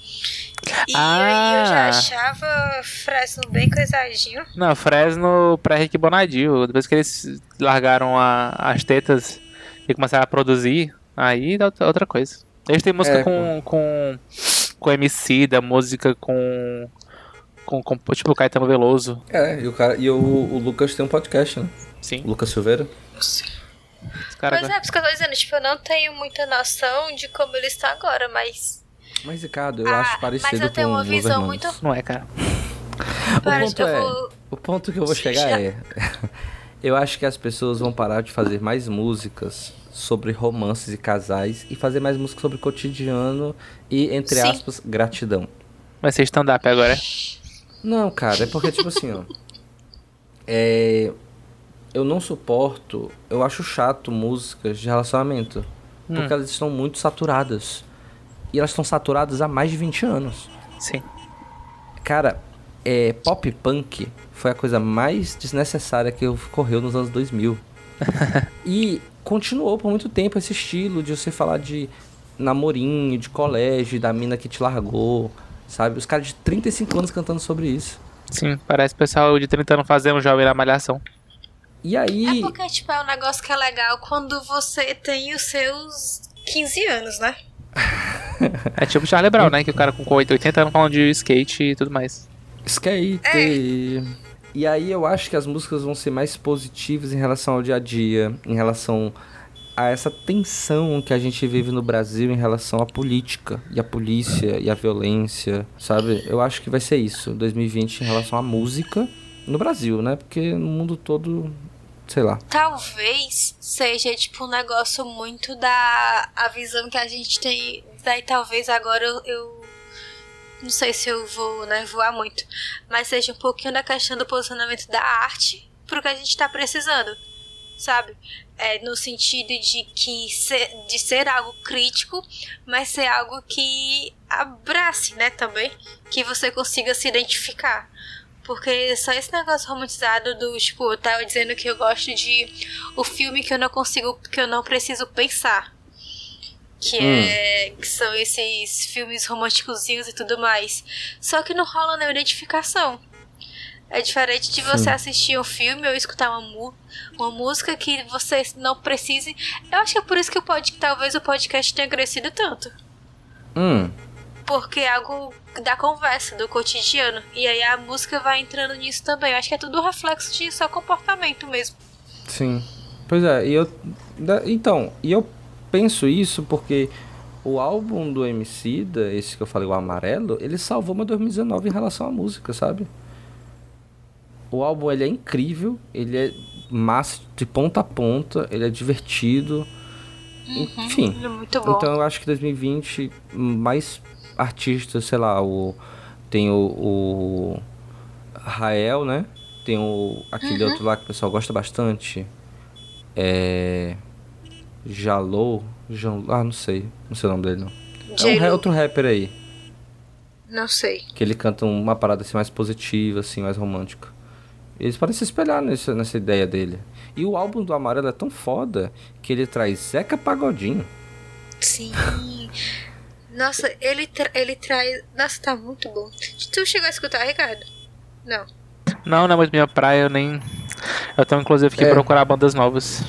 E aí eu já Ah. achava Fresno bem coisadinho. Não, Fresno pré-Rick Bonadio. Depois que eles largaram a- as tetas e começaram a produzir, aí dá outra- outra coisa. Eles têm música É, com, com. com MC, da música com. com, com tipo Caetano Veloso. É, e, o, cara, e o, o Lucas tem um podcast, né? Sim. O Lucas Silveira. Os caras. Mas é, por isso que eu tô dizendo, tipo, eu não tenho muita noção de como eles estão agora, mas. Mas, Ricardo, eu Ah, acho parecido mas eu tenho com uma os visão Hermanos. muito Não é, cara. O Para, ponto eu é... vou- O ponto que eu vou Sim, chegar já. é. *laughs* Eu acho que as pessoas vão parar de fazer mais músicas sobre romances e casais e fazer mais músicas sobre cotidiano e, entre Sim. aspas, gratidão. Vai ser stand-up agora. é? Não, cara, é porque, tipo assim, ó. *laughs* é, eu não suporto, eu acho chato músicas de relacionamento. Porque elas estão muito saturadas. E elas estão saturadas há mais de 20 anos. Sim. Cara, é, pop punk foi a coisa mais desnecessária que ocorreu nos anos *laughs* 2000. e continuou por muito tempo esse estilo de você falar de namorinho, de colégio, da mina que te largou, sabe? Os caras de 35 anos cantando sobre isso. Sim, parece o pessoal de 30 anos fazendo jovem na malhação. E É aí. porque, tipo, é um negócio que é legal quando você tem os seus 15 anos, né? É tipo Charlie Brown, né? Que o cara com 80 anos falando de skate e tudo mais. Skate. é E aí eu acho que as músicas vão ser mais positivas em relação ao dia a dia, em relação a essa tensão que a gente vive no Brasil em relação à política e à polícia e à violência, sabe? Eu acho que vai ser isso, 2020 em relação à música no Brasil, né? Porque no mundo todo, sei lá. Talvez seja, tipo, um negócio muito da a visão que a gente tem. Daí talvez agora eu. eu não sei se eu vou, né, voar muito. Mas seja um pouquinho da questão do posicionamento da arte pro que a gente tá precisando. Sabe? É, no sentido de que ser, de ser algo crítico, mas ser algo que abrace, né, também. Que você consiga se identificar. Porque só esse negócio romantizado do, tipo, eu tava dizendo que eu gosto de o filme que eu não consigo, que eu não preciso pensar. Que, é, que são esses filmes românticozinhos e tudo mais. Só que não rola nenhuma identificação. É diferente de você Sim. assistir um filme ou escutar uma, mu uma música que você não precise. Eu acho que é por isso que o pod talvez o podcast tenha crescido tanto. Hum, Porque é algo da conversa, do cotidiano. E aí a música vai entrando nisso também. Eu acho que é tudo reflexo de só comportamento mesmo. Sim. Pois é, e eu. da- Então, e eu penso isso porque o álbum do Emicida, esse que eu falei, o amarelo, ele salvou meu 2019 em relação à música, sabe? O álbum ele é incrível, ele é massa de ponta a ponta, ele é divertido. Enfim. Ele é muito bom. Então eu acho que 2020 mais artistas, sei lá, o tem o, o Rael, né? Tem o aquele outro lá que o pessoal gosta bastante. É Jalou, Jan, ah, não sei, não sei o nome dele não. É um J-Lo. ra- outro rapper aí, Não sei. que ele canta uma parada assim mais positiva, assim, mais romântica. Eles parecem se espelhar nessa, nessa ideia dele. E o álbum do Amarelo é tão foda que ele traz Zeca Pagodinho. Sim. Nossa, ele, tra- ele traz. Nossa, tá muito bom. Tu chegou a escutar, Ricardo? Não. Não, não é muito minha praia, eu nem. Eu tenho inclusive que É. procurar bandas novas.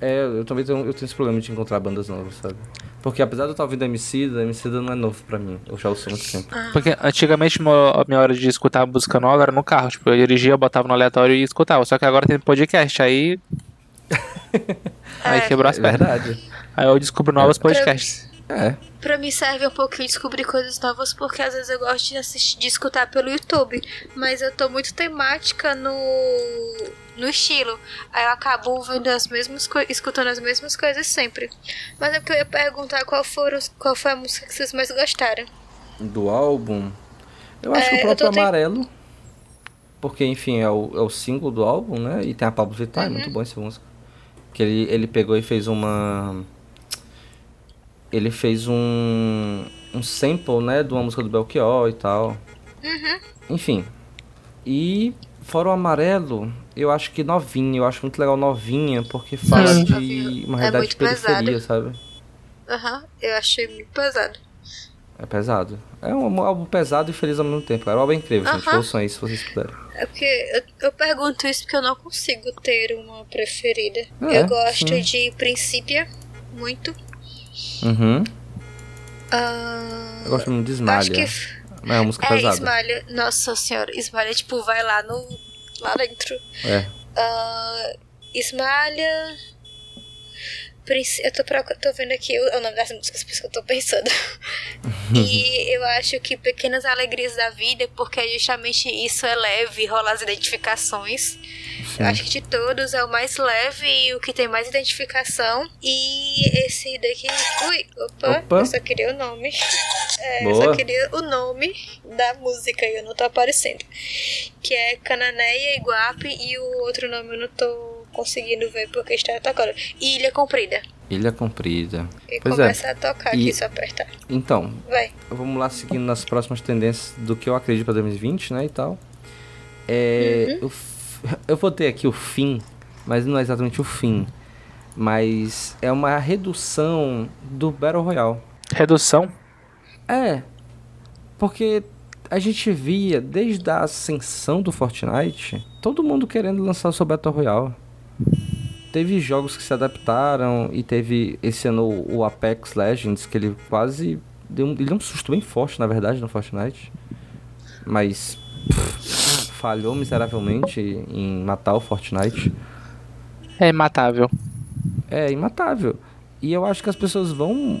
É, eu também tenho, eu tenho esse problema de encontrar bandas novas, sabe? Porque apesar de eu estar ouvindo Emicida, Emicida não é novo pra mim. Eu já ouço há muito tempo. Porque antigamente mo- a minha hora de escutar música nova era no carro. Tipo, eu dirigia, botava no aleatório e escutava. Só que agora tem podcast, aí. aí quebrou as É pernas. verdade. Aí eu descubro novos podcasts. É. Pra mim serve um pouquinho descobrir coisas novas, porque às vezes eu gosto de, assistir, de escutar pelo YouTube, mas eu tô muito temática no, no estilo. Aí eu acabo ouvindo as mesmas coi- escutando as mesmas coisas sempre. Mas é porque eu ia perguntar qual, foram, os- qual foi a música que vocês mais gostaram. Do álbum. Eu acho É, que o eu próprio tô ten- Amarelo. Porque, enfim, é o, é o single do álbum, né? E tem a Pablo Vittar, Uhum. é muito bom essa música. Que ele, ele pegou e fez uma. Ele fez um. Um sample, né? De uma música do Belchior e tal. Uhum. Enfim. E fora o amarelo, eu acho que novinha, eu acho muito legal novinha, porque fala Sim. de uma É realidade de muito periferia, sabe? Aham, eu achei muito pesado. É pesado. É um álbum pesado e feliz ao mesmo tempo. Era um álbum incrível, gente. Aham. Ouçam aí se vocês puderem. É porque eu, eu pergunto isso porque eu não consigo ter uma preferida. É, eu gosto sim. de Princípia, muito. Uhum. Ah, Eu gosto muito de acho Esmalha. que. É uma música É, pesada. esmalha. Nossa senhora, esmalha, tipo, vai lá no. lá dentro. É. Ah, esmalha. Princ- Eu tô, proc- tô vendo aqui o, o nome das músicas, por isso que eu tô pensando. e eu acho que Pequenas Alegrias da Vida, porque é justamente isso é leve, rola as identificações. Eu Sim. acho que de todos é o mais leve e o que tem mais identificação. E esse daqui. Ui, opa, Opa. eu só queria o nome. É, eu Boa. só queria o nome da música e eu não tô aparecendo. Que é Cananéia e Guape e o outro nome eu não tô conseguindo ver porque está tocando. Ilha Comprida. Ilha Comprida. E Pois é. começa a tocar E- aqui, só apertar. Então, Vai. vamos lá seguindo nas próximas tendências do que eu acredito pra 2020, né, e tal. Uhum. É, eu, f- eu botei aqui o fim, mas não é exatamente o fim. Mas é uma redução do Battle Royale. Redução. É, porque a gente via desde a ascensão do Fortnite, todo mundo querendo lançar o seu Battle Royale. Teve jogos que se adaptaram e teve esse ano o o Apex Legends, que ele quase deu um, ele deu um susto bem forte, na verdade, no Fortnite. Mas pff, falhou miseravelmente em matar o Fortnite. É imatável. É imatável. E eu acho que as pessoas vão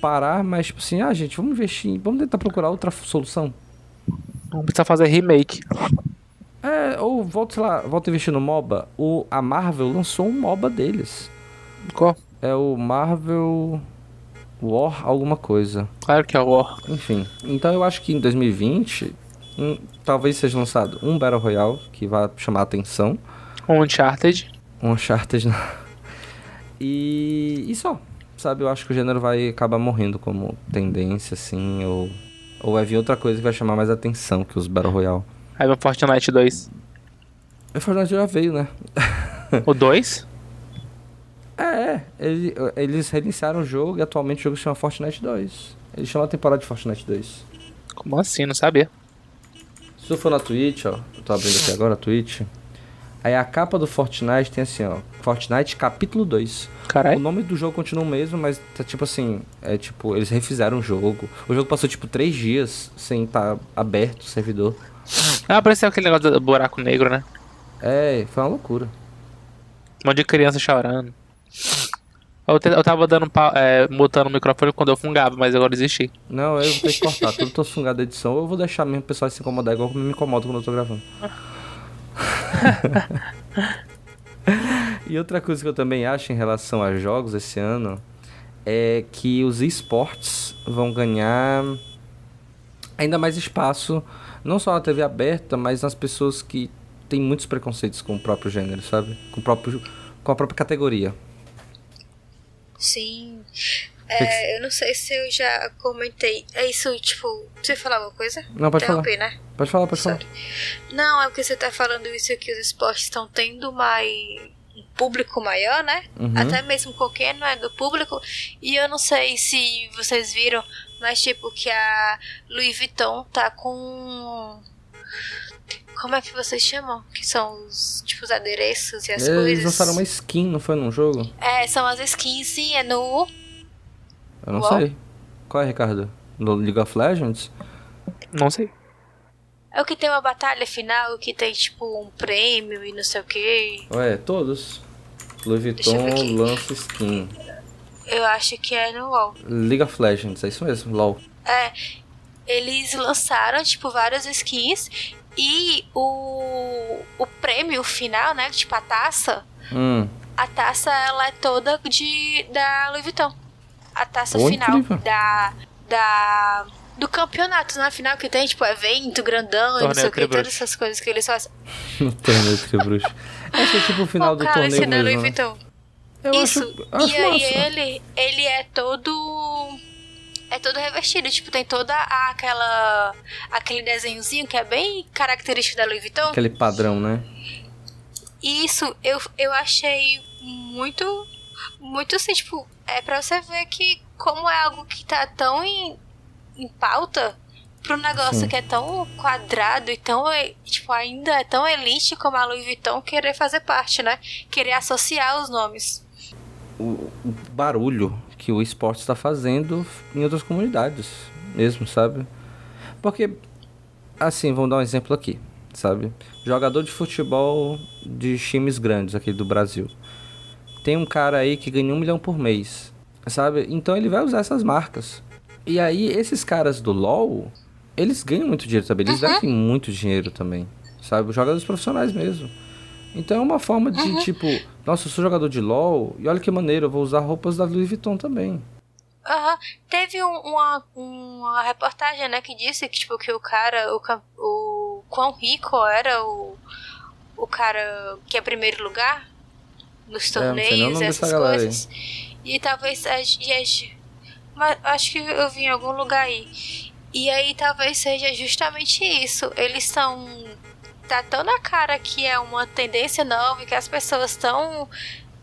parar, mas tipo assim, ah, gente, vamos investir, em- vamos tentar procurar outra f- solução. Não precisa fazer remake. É, ou volta, sei lá, volta a investir no MOBA. O, a Marvel lançou um MOBA deles. Qual? É o Marvel War alguma coisa. Claro que é o War. Enfim. Então eu acho que em 2020 hum, talvez seja lançado um Battle Royale que vai chamar a atenção. Um Uncharted. Um Uncharted na... *laughs* E, e só. Sabe, eu acho que o gênero vai acabar morrendo como tendência, assim, ou... Ou vai vir outra coisa que vai chamar mais atenção que os Battle Royale. Aí vem o Fortnite 2. O Fortnite já veio, né? O 2? É, é. Ele- eles reiniciaram o jogo e atualmente o jogo se chama Fortnite 2. Ele chama a temporada de Fortnite 2. Como assim? Não sabia. Se tu for na Twitch, ó, eu tô abrindo aqui agora a Twitch. Aí a capa do Fortnite tem assim, ó, Fortnite capítulo 2. O Caralho. nome do jogo continua o mesmo, mas tá tipo assim, é tipo, eles refizeram o jogo. O jogo passou tipo três dias sem estar aberto o servidor. Ah, pareceu aquele negócio do buraco negro, né? É, foi uma loucura. Um monte de criança chorando. Eu, te- eu tava dando pau, é, mutando o microfone quando eu fungava, mas agora desisti. Não, eu vou ter que cortar tudo, tô fungado da edição. Ou eu vou deixar mesmo o pessoal se incomodar igual como eu me incomodo quando eu tô gravando. e outra coisa que eu também acho em relação a jogos esse ano é que os esportes vão ganhar ainda mais espaço, não só na TV aberta, mas nas pessoas que têm muitos preconceitos com o próprio gênero, sabe? Com, o próprio, com a própria categoria. Sim. É, eu não sei se eu já comentei. É isso, tipo, você falar alguma coisa? Não, pode falar. Interrompi, né? Pode falar, pode falar. Sorry. Não, é porque você tá falando isso que os esportes estão tendo mais um público maior, né? Uhum. Até mesmo qualquer não é do público. E eu não sei se vocês viram, mas tipo que a Louis Vuitton tá com como é que vocês chamam? Que são os tipo os adereços e as Eles coisas. lançaram uma skin, não foi num jogo? É, são as skins, sim, é no Eu não Qual? sei. Qual é, Ricardo? No League of Legends? Não sei. é o que tem uma batalha final, que tem tipo um prêmio e não sei o que. Ué, é, todos. Louis Deixa eu ver aqui. Vuitton lança skin. Eu acho que é no UOL. League of Legends, é isso mesmo, LOL. É, eles lançaram, tipo, várias skins e o, o prêmio final, né? Tipo, a taça. Hum. *laughs* A taça, ela é toda de, da Louis Vuitton. A taça Pô, final incrível. da, da... Do campeonato, na final que tem, tipo, evento grandão e não Torneio sei o que, Tribruxo. todas essas coisas que eles fazem. No torneio Tribruxo. Acho que é tipo o final do Pô, cara, esse torneio da Louis mesmo. né? Vuitton. Eu Isso. acho, acho e aí massa. ele, ele é todo. É todo revestido, tipo, tem toda a- aquela. aquele desenhozinho que é bem característico da Louis Vuitton. Aquele padrão, né? E isso eu, eu achei muito. Muito assim, tipo, é pra você ver que como é algo que tá tão em, em pauta pra um negócio Sim. que é tão quadrado e tão, eh, tipo, ainda é tão elite como a Louis Vuitton querer fazer parte, né? Querer associar os nomes. O, o barulho que o esporte está fazendo em outras comunidades mesmo, sabe? Porque, assim, vamos dar um exemplo aqui, sabe? Jogador de futebol de times grandes aqui do Brasil. Tem um cara aí que ganha um milhão por mês, sabe? Então ele vai usar essas marcas. E aí, esses caras do LoL, eles ganham muito dinheiro também. Eles devem muito dinheiro também, sabe? Jogadores profissionais mesmo. Então é uma forma de, tipo, nossa, eu sou jogador de LoL e olha que maneiro, eu vou usar roupas da Louis Vuitton também. Aham. Teve um- uma, uma reportagem, né, que disse que, tipo, que o cara, o, cam- o quão rico era o, o cara que é primeiro lugar nos É, não sei nem o torneios nome e dessa essas galera aí. coisas. E talvez. a ge- e a ge- Mas acho que eu vi em algum lugar aí. E aí talvez seja justamente isso. Eles estão. Tá tão na cara que é uma tendência nova, e que as pessoas estão.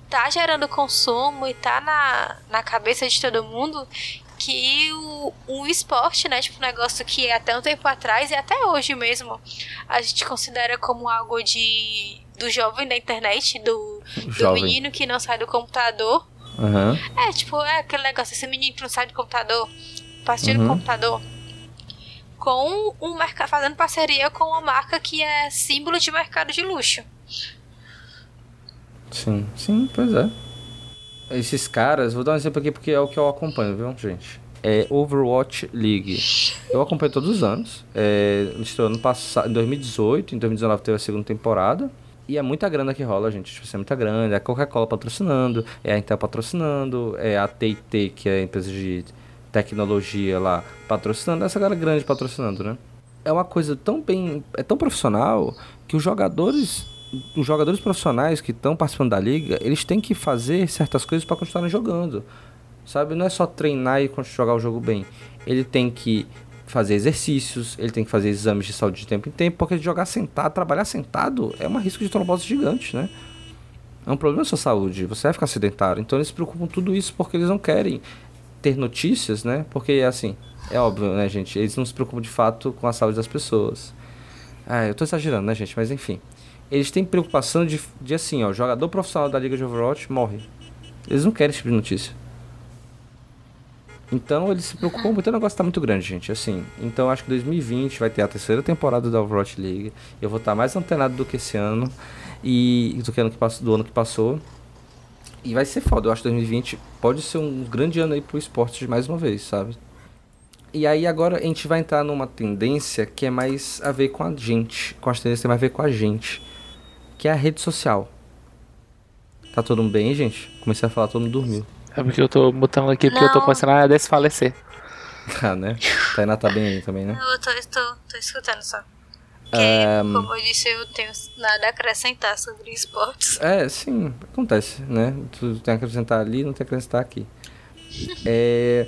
Tá gerando consumo e tá na, na cabeça de todo mundo que o, o esporte, né? Tipo, um negócio que até um tempo atrás e até hoje mesmo a gente considera como algo de. do jovem da internet, do, do Jovem. menino que não sai do computador. Aham. É, tipo, é aquele negócio, esse menino que não sai do computador, parceiro Uhum. do computador, com um mercado, fazendo parceria com uma marca que é símbolo de mercado de luxo. Sim, sim, pois é. Esses caras, vou dar um exemplo aqui porque é o que eu acompanho, viu, gente? É Overwatch League. Eu acompanho todos os anos. É, estou ano passado, em 2018, em 2019 teve a segunda temporada. E é muita grana que rola, gente. Tipo, isso é muita grana. É a Coca-Cola patrocinando, é a Intel patrocinando, é a TT, que é a empresa de tecnologia lá, patrocinando. Essa galera grande patrocinando, né? É uma coisa tão bem. É tão profissional que os jogadores os jogadores profissionais que estão participando da liga, eles têm que fazer certas coisas para continuarem jogando. Sabe? Não é só treinar e con- jogar o jogo bem. Ele tem que fazer exercícios, ele tem que fazer exames de saúde de tempo em tempo, porque jogar sentado, trabalhar sentado, é um risco de trombose gigante, né? É um problema da sua saúde, você vai ficar sedentário. Então eles se preocupam com tudo isso porque eles não querem ter notícias, né? Porque assim, é óbvio, né, gente? Eles não se preocupam de fato com a saúde das pessoas. Ah, eu tô exagerando, né, gente? Mas enfim eles têm preocupação de, de assim, ó, jogador profissional da Liga de Overwatch morre. Eles não querem esse tipo de notícia. Então eles se preocupam muito, o negócio tá muito grande, gente, assim. Então acho que 2020 vai ter a terceira temporada da Overwatch League. Eu vou estar mais antenado do que esse ano e do que ano que passou, do ano que passou. E vai ser foda, eu acho que 2020 pode ser um grande ano aí pro esporte de mais uma vez, sabe? E aí agora a gente vai entrar numa tendência que é mais a ver com a gente, com as tendências que tem mais a ver com a gente que é a rede social. Tá todo mundo bem, gente? Comecei a falar, todo mundo dormiu. *laughs* É porque eu tô mutando aqui porque eu tô Não. começando a desfalecer. Tá, né? Tainá tá bem aí também, né? Eu tô, eu tô, tô escutando só. Porque, Ahn. como eu disse, eu tenho nada a acrescentar sobre esportes. É, sim, acontece, né? Tu tem que acrescentar ali, não tem que acrescentar aqui. É,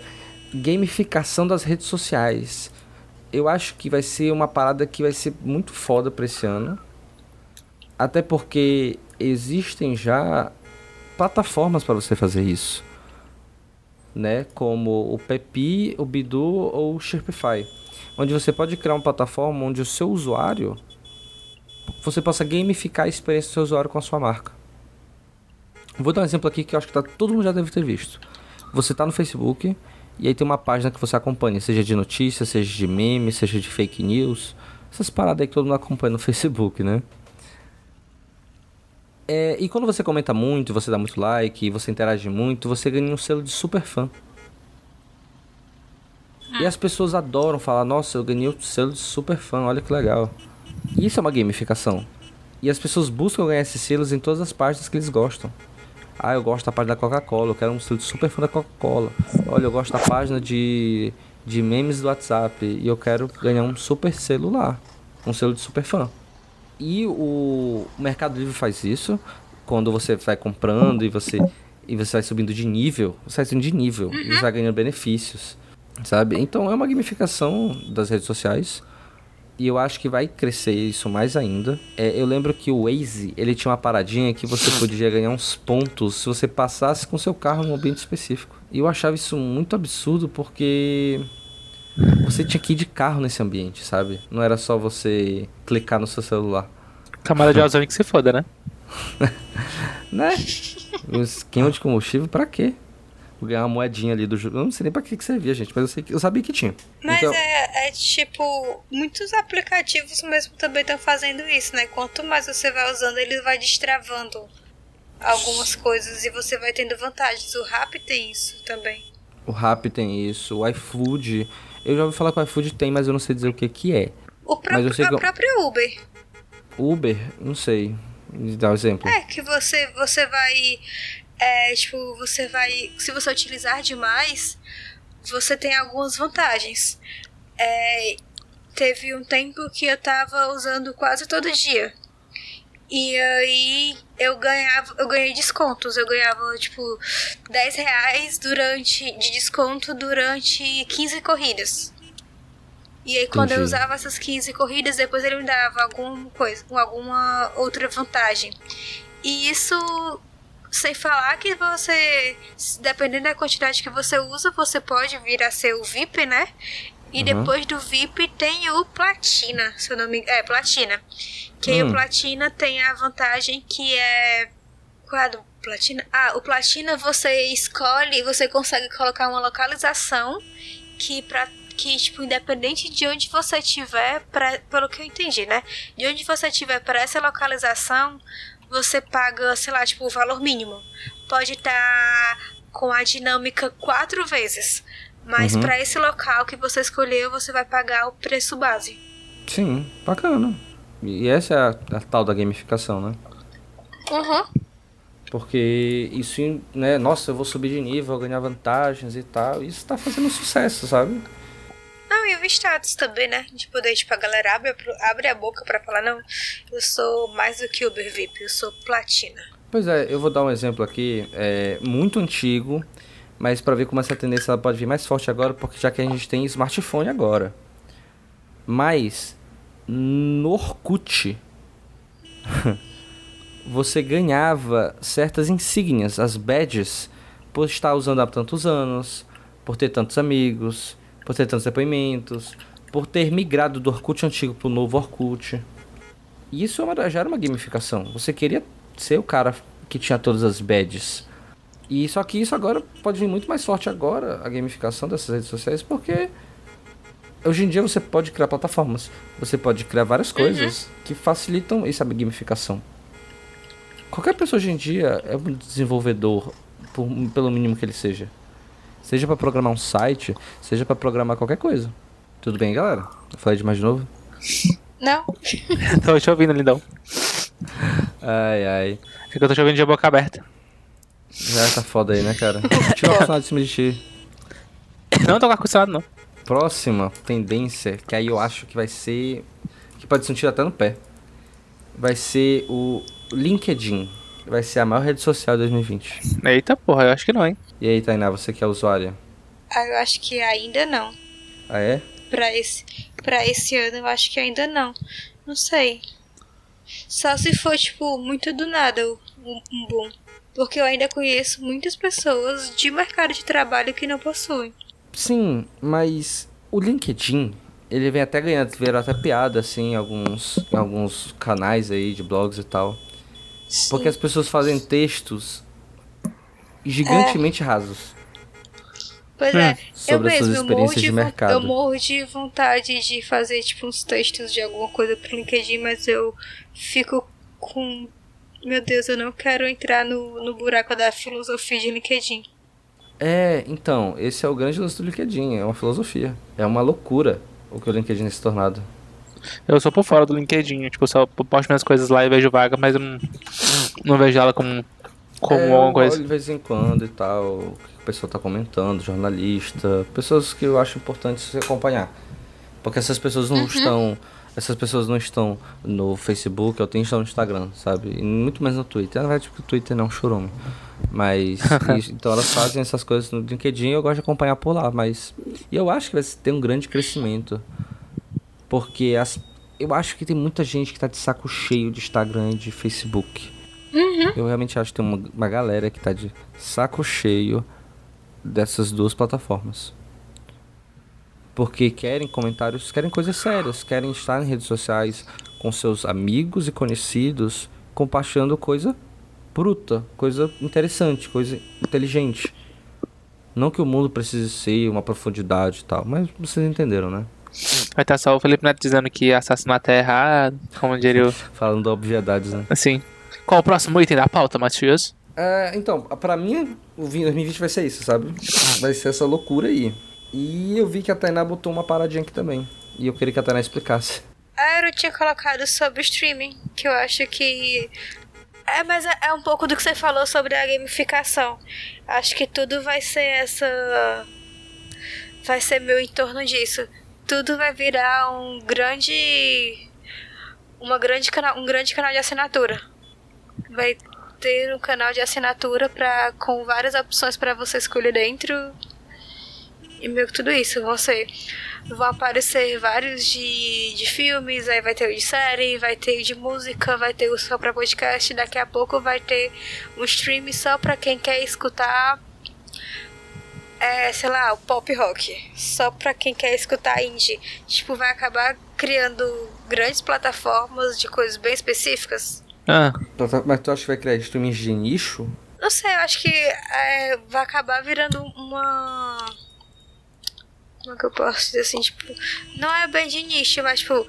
gamificação das redes sociais. Eu acho que vai ser uma parada que vai ser muito foda pra esse ano. Até porque existem já plataformas pra você fazer isso. Né? Como o Pepi, o Bidu ou o Shopify. Onde você pode criar uma plataforma onde o seu usuário você possa gamificar a experiência do seu usuário com a sua marca. Vou dar um exemplo aqui que eu acho que tá, todo mundo já deve ter visto. Você está no Facebook e aí tem uma página que você acompanha, seja de notícias, seja de memes, seja de fake news. Essas paradas aí que todo mundo acompanha no *laughs* Facebook, né? É, e quando você comenta muito, você dá muito like, você interage muito, você ganha um selo de super fã. E as pessoas adoram falar, nossa, eu ganhei o selo de super fã, olha que legal. E isso é uma gamificação. E as pessoas buscam ganhar esses selos em todas as partes que eles gostam. Ah, eu gosto da página da Coca-Cola, eu quero um selo de super fã da Coca-Cola. Olha, eu gosto da página de, de memes do WhatsApp e eu quero ganhar um super selo lá. Um selo de super fã. E o Mercado Livre faz isso quando você vai comprando e você, e você vai subindo de nível. Você vai subindo de nível e você vai ganhando benefícios. Sabe? Então é uma gamificação das redes sociais. E eu acho que vai crescer isso mais ainda. É, eu lembro que o Waze, ele tinha uma paradinha que *laughs* você podia ganhar uns pontos se você passasse com seu carro num ambiente específico. E eu achava isso muito absurdo porque você tinha que ir de carro nesse ambiente, sabe? Não era só você clicar no seu celular. Camada de ozônio que se foda, né? *laughs* *laughs* Né? O esquema de combustível pra quê? Vou ganhar uma moedinha ali do jogo. Eu não sei nem pra que que servia, gente, mas eu, sei que, eu sabia que tinha. Então, Mas é, é tipo, muitos aplicativos mesmo também estão fazendo isso, né? Quanto mais você vai usando, ele vai destravando algumas coisas e você vai tendo vantagens. O Rap tem isso também. O Rap tem isso, o iFood. Eu já ouvi falar que o iFood tem, mas eu não sei dizer o que que é. O Mas eu sei próprio, a que eu- própria Uber. Uber, não sei. Me dá um exemplo. É, que você, você vai. É, tipo, você vai. Se você utilizar demais, você tem algumas vantagens. É, teve um tempo que eu tava usando quase todo dia. E aí eu ganhava, eu ganhei descontos. Eu ganhava, tipo, 10 reais durante, de desconto durante 15 corridas. E aí quando eu Entendi. usava essas 15 corridas, depois ele me dava alguma coisa, alguma outra vantagem. E isso sem falar que você, dependendo da quantidade que você usa, você pode vir a ser o VIP, né? E Uhum. depois do VIP tem o Platina, se eu não me É, Platina. Que aí Hum. o Platina tem a vantagem que é. Qual é a do Platina? Ah, o Platina você escolhe, você consegue colocar uma localização que pra. Que, tipo, independente de onde você estiver, pra- pelo que eu entendi, né? De onde você estiver para essa localização, você paga, sei lá, tipo, o valor mínimo. Pode estar com a dinâmica quatro vezes. Mas Uhum. pra para esse local que você escolheu, você vai pagar o preço base. Sim, bacana. E essa é a, a tal da gamificação, né? Uhum. Porque isso, né? Nossa, eu vou subir de nível, vou ganhar vantagens e tal. Isso tá fazendo sucesso, sabe? Não, e o status também, né? De poder, tipo, a galera abre, a pro- abre a boca pra falar, não, eu sou mais do que Uber VIP, eu sou platina. Pois é, eu vou dar um exemplo aqui, é, muito antigo, mas pra ver como essa tendência ela pode vir mais forte agora, porque já que a gente tem smartphone agora. Mas no Orkut *laughs* você ganhava certas insígnias, as badges, por estar usando há tantos anos, por ter tantos amigos, por ter tantos depoimentos, por ter migrado do Orkut antigo pro novo Orkut. E isso é uma- já era uma gamificação. Você queria ser o cara que tinha todas as badges. E só que isso agora pode vir muito mais forte agora, a gamificação dessas redes sociais, porque hoje em dia você pode criar plataformas, você pode criar várias coisas que facilitam essa gamificação. Qualquer pessoa hoje em dia é um desenvolvedor, por- pelo mínimo que ele seja. Seja para programar um site, seja para programar qualquer coisa. Tudo bem, galera? Eu falei demais de novo? Não? Tô te ouvindo, lindão. Ai, ai. Fica É eu tô jogando de boca aberta. *laughs* Já tá foda aí, né, *laughs* cara? Tira o ar-condicionado de cima de ti. Não tô com acostumado, não. Próxima tendência, que aí eu acho que vai ser. Que pode sentir até no pé. Vai ser o LinkedIn. Vai ser a maior rede social de 2020. Eita porra, eu acho que não, hein? E aí, Tainá, você que é usuária? Ah, eu acho que ainda não. Ah, é? Pra esse, pra esse ano, eu acho que ainda não. Não sei. Só se for, tipo, muito do nada o- um, um boom. Porque eu ainda conheço muitas pessoas de mercado de trabalho que não possuem. Sim, mas o LinkedIn, ele vem até ganhando, virou até piada, assim, em alguns, em alguns canais aí de blogs e tal. Porque as pessoas fazem textos gigantemente rasos Pois é, eu sobre as mesmo, suas eu morro, experiências de de von- eu mercado. morro de vontade de fazer, tipo, uns textos de alguma coisa pro LinkedIn, mas eu fico com... Meu Deus, eu não quero entrar no, no buraco da filosofia de LinkedIn. É, então, esse é o grande lance do LinkedIn, é uma filosofia. É uma loucura o que o LinkedIn tem se tornado. Eu sou por fora do LinkedIn, tipo, eu só posto minhas coisas lá e vejo vaga, mas eu não, não vejo ela como, como é, eu alguma olho coisa. de vez em quando e tal, o que o pessoal tá comentando, jornalista, pessoas que eu acho importante se acompanhar. Porque essas pessoas não Uhum. estão. Essas pessoas não estão no Facebook, eu tenho estão no Instagram, sabe? E muito mais no Twitter. Na verdade, porque o Twitter não é um churume. *laughs* Mas. isso- então elas fazem essas coisas no LinkedIn e eu gosto de acompanhar por lá. Mas. E eu acho que vai ter um grande crescimento. Porque as, eu acho que tem muita gente que tá de saco cheio de Instagram e de Facebook. Eu realmente acho que tem uma, uma galera que tá de saco cheio dessas duas plataformas. Porque querem comentários, querem coisas sérias, querem estar em redes sociais com seus amigos e conhecidos, compartilhando coisa bruta, coisa interessante, coisa inteligente. Não que o mundo precise ser uma profundidade e tal, mas vocês entenderam, né? Vai estar só o Felipe Neto dizendo que assassinato é errado, como diria o... Falando obviedades, né? Assim. Qual o próximo item da pauta, Matias? É, então, pra mim, o vi- 2020 vai ser isso, sabe? Vai ser essa loucura aí. E eu vi que a Tainá botou uma paradinha aqui também. E eu queria que a Tainá explicasse. Ah, eu tinha colocado sobre o streaming, que eu acho que. É, mas é, é um pouco do que você falou sobre a gamificação. Acho que tudo vai ser essa. Vai ser meu em torno disso. Tudo vai virar um grande. Uma grande cana... Um grande canal de assinatura. Vai ter um canal de assinatura pra... com várias opções pra você escolher dentro. E meio que tudo isso. Vão ser Vão aparecer vários de, de filmes, aí vai ter o de série, vai ter o de música, vai ter o só pra podcast, daqui a pouco vai ter um stream só pra quem quer escutar, é, sei lá, o pop rock, só pra quem quer escutar indie. Tipo, vai acabar criando grandes plataformas de coisas bem específicas. Ah, Tá, Mas tu acha que vai criar streamings de nicho? Não sei, eu acho que é, vai acabar virando uma. Como é que eu posso dizer assim? Tipo, não é bem de nicho, mas tipo,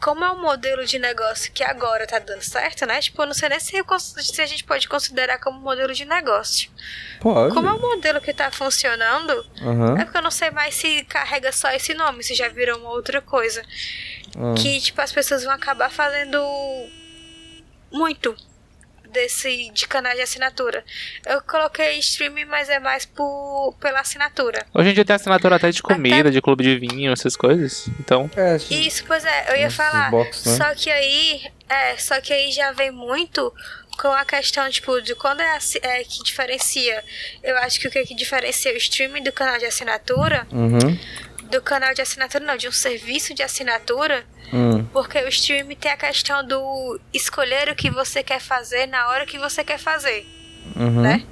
como é um modelo de negócio que agora tá dando certo, né? Tipo, eu não sei nem se, eu cons- se a gente pode considerar como modelo de negócio. Pode. Como é um modelo que tá funcionando, Aham. é porque eu não sei mais se carrega só esse nome, se já virou uma outra coisa. Ah. Que, tipo, as pessoas vão acabar fazendo muito desse de canal de assinatura. Eu coloquei streaming, mas é mais por, pela assinatura. hoje em dia tem assinatura até de comida, de clube de vinho, essas coisas. Então, É, E Isso, pois é, eu ia esses falar. box, né? Só que aí, é, só que aí já vem muito com a questão, tipo, de quando é, assi- é que diferencia. Eu acho que o que, que diferencia o streaming do canal de assinatura, Uhum. do canal de assinatura não, de um serviço de assinatura, Hum. Porque o stream tem a questão do escolher o que você quer fazer na hora que você quer fazer. Uhum. Né?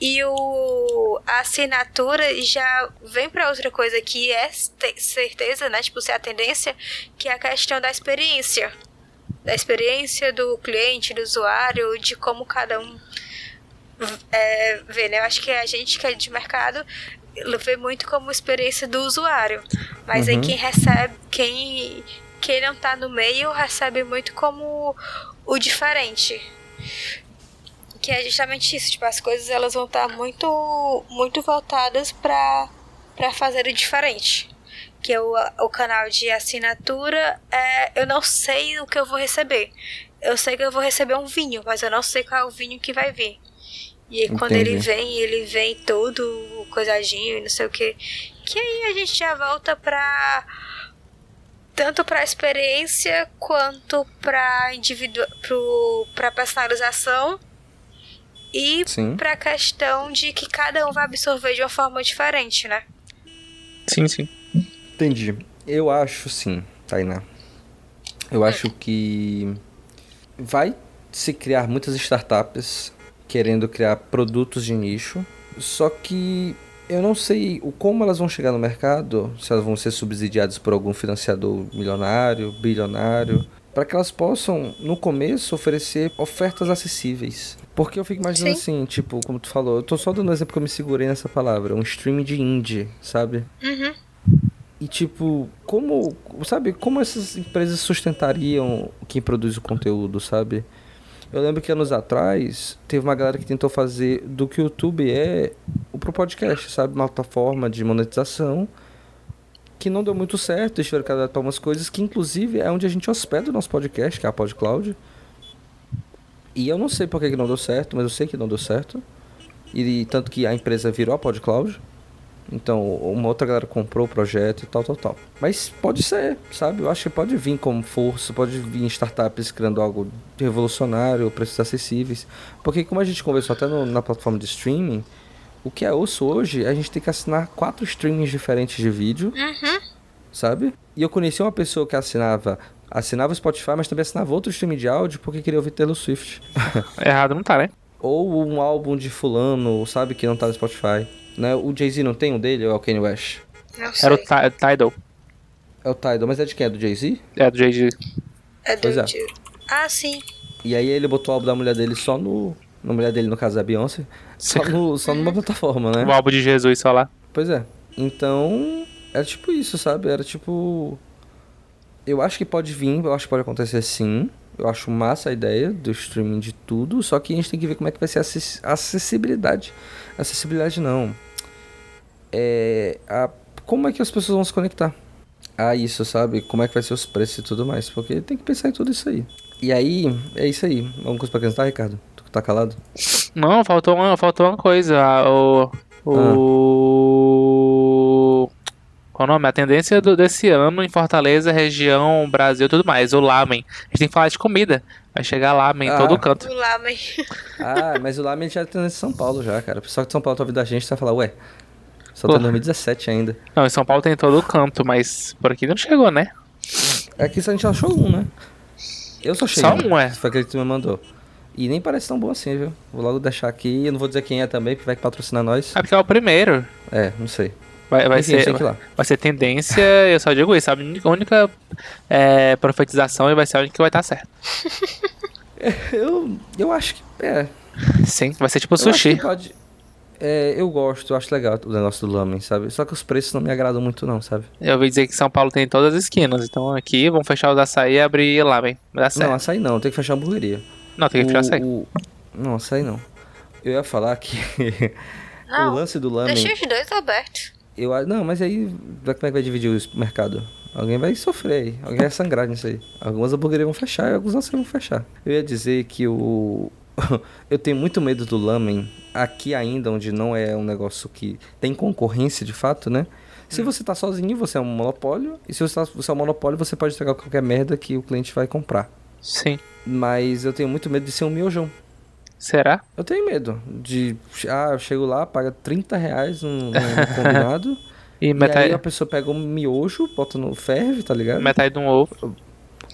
E o, a assinatura já vem para outra coisa que é te- certeza, né? Tipo, ser a tendência, que é a questão da experiência. Da experiência do cliente, do usuário, de como cada um é, vê, né? Eu acho que a gente que é de mercado vê muito como experiência do usuário. Mas aí Uhum. quem recebe, quem, quem não tá no meio, recebe muito como o diferente. Que é justamente isso, tipo, as coisas elas vão estar muito, muito voltadas pra, pra fazer o diferente. Que é o, o canal de assinatura, é, eu não sei o que eu vou receber. Eu sei que eu vou receber um vinho, mas eu não sei qual é o vinho que vai vir. E aí, quando Entendi. ele vem, ele vem todo coisadinho e não sei o que. Que aí a gente já volta pra. Tanto pra experiência quanto pra, individu pro, pra personalização e Sim. pra questão de que cada um vai absorver de uma forma diferente, né? Sim, sim. Entendi. Eu acho sim, Tainá. Hum. Eu acho que vai se criar muitas startups querendo criar produtos de nicho, só que eu não sei o como elas vão chegar no mercado, se elas vão ser subsidiadas por algum financiador milionário, bilionário, para que elas possam no começo oferecer ofertas acessíveis. Porque eu fico imaginando Sim. assim, tipo, como tu falou, eu tô só dando um exemplo que eu me segurei nessa palavra, um stream de indie, sabe? Uhum. E tipo, como, sabe, como essas empresas sustentariam quem produz o conteúdo, sabe? Eu lembro que anos atrás teve uma galera que tentou fazer do que o YouTube é o pro podcast, sabe? Uma plataforma de monetização que não deu muito certo, eles tiveram que adaptar umas coisas que inclusive é onde a gente hospeda o nosso podcast, que é a PodCloud. E eu não sei por que que não deu certo, mas eu sei que não deu certo. E tanto que a empresa virou a PodCloud. Então, uma outra galera comprou o projeto e tal, tal, tal. Mas pode ser, sabe? Eu acho que pode vir como força, pode vir startups criando algo revolucionário, preços acessíveis. Porque como a gente conversou até no- na plataforma de streaming, o que é osso hoje, a gente tem que assinar quatro streamings diferentes de vídeo, sabe? E eu conheci uma pessoa que assinava, assinava o Spotify, mas também assinava outro streaming de áudio porque queria ouvir Taylor Swift Errado não tá, né? ou um álbum de fulano, sabe, que não tá no Spotify. Né? O Jay-Z não tem um dele ou é o Kanye West? Não sei. Era o Ti- Tidal. É o Tidal, mas é de quem? É do Jay-Z? É, do Jay-Z. É Pois é. doido. Ah, sim. E aí ele botou o álbum da mulher dele só no... Na mulher dele, no caso, é a Beyoncé. *laughs* Só, no, só numa plataforma, né? O álbum de Jesus só lá. Pois é. Então, era tipo isso, sabe? Era tipo. Eu acho que pode vir, eu acho que pode acontecer sim. Eu acho massa a ideia do streaming de tudo, só que a gente tem que ver como é que vai ser a acess- a acessibilidade. Acessibilidade não. É. a- Como é que as pessoas vão se conectar a isso, sabe? Como é que vai ser os preços e tudo mais. Porque tem que pensar em tudo isso aí. E aí, é isso aí. Alguma coisa pra acrescentar, Ricardo? Tu que tá calado? Não, faltou uma, faltou uma coisa. ah, O. Ah. O. Qual o nome? A tendência do- desse ano em Fortaleza, região, Brasil e tudo mais. O lamen. A gente tem que falar de comida. Vai chegar lamen em Ah. todo canto. O Lamen. Ah, mas o Lame já tá em São Paulo já, cara. O pessoal de São Paulo tá ouvindo a gente tá falando, ué, só tá Porra. em 2017 ainda. Não, em São Paulo tem em todo canto, mas por aqui não chegou, né? É que a gente achou um, né? Eu só achei Só um, é. Foi aquele que tu me mandou. E nem parece tão bom assim, viu? Vou logo deixar aqui. Eu não vou dizer quem é também, porque vai que patrocina nós. É porque é o primeiro. É, não sei. Vai, vai Enfim, a gente ser, tem que ir lá. vai ser tendência, eu só digo isso, sabe? A única- única é, profetização e vai ser a única que vai tá estar certo. Eu, eu acho que. É. Sim, vai ser tipo eu acho que sushi. pode- É, eu gosto, eu acho legal o negócio do Lamen, sabe? Só que os preços não me agradam muito, não, sabe? Eu ouvi dizer que São Paulo tem em todas as esquinas, então aqui vamos fechar os açaí e abrir lá, bem. Vai dar certo. Não, Não, açaí não, tem que fechar a hamburgueria. tem que fechar açaí. o, o... Não, açaí não. Eu ia falar que. o Não, lance do Lamen. Ah, Deixa os dois abertos. Eu, a- não, mas aí vai- como é que vai dividir o mercado? Alguém vai sofrer aí, alguém vai sangrar nisso aí. Algumas hamburguerias vão fechar e alguns açougues vão fechar. Eu ia dizer que o. *laughs* eu tenho muito medo do lamen aqui ainda, onde não é um negócio que tem concorrência de fato, né? Hum. Se você tá sozinho, você é um monopólio. E se você, tá, você é um monopólio, você pode entregar qualquer merda que o cliente vai comprar. Sim. Mas eu tenho muito medo de ser um miojão. Será? Eu tenho medo de. Ah, eu chego lá, paga 30 reais no, no *laughs* combinado. E E aí metade, a pessoa pega um miojo, bota no ferve, tá ligado? metade de um ovo.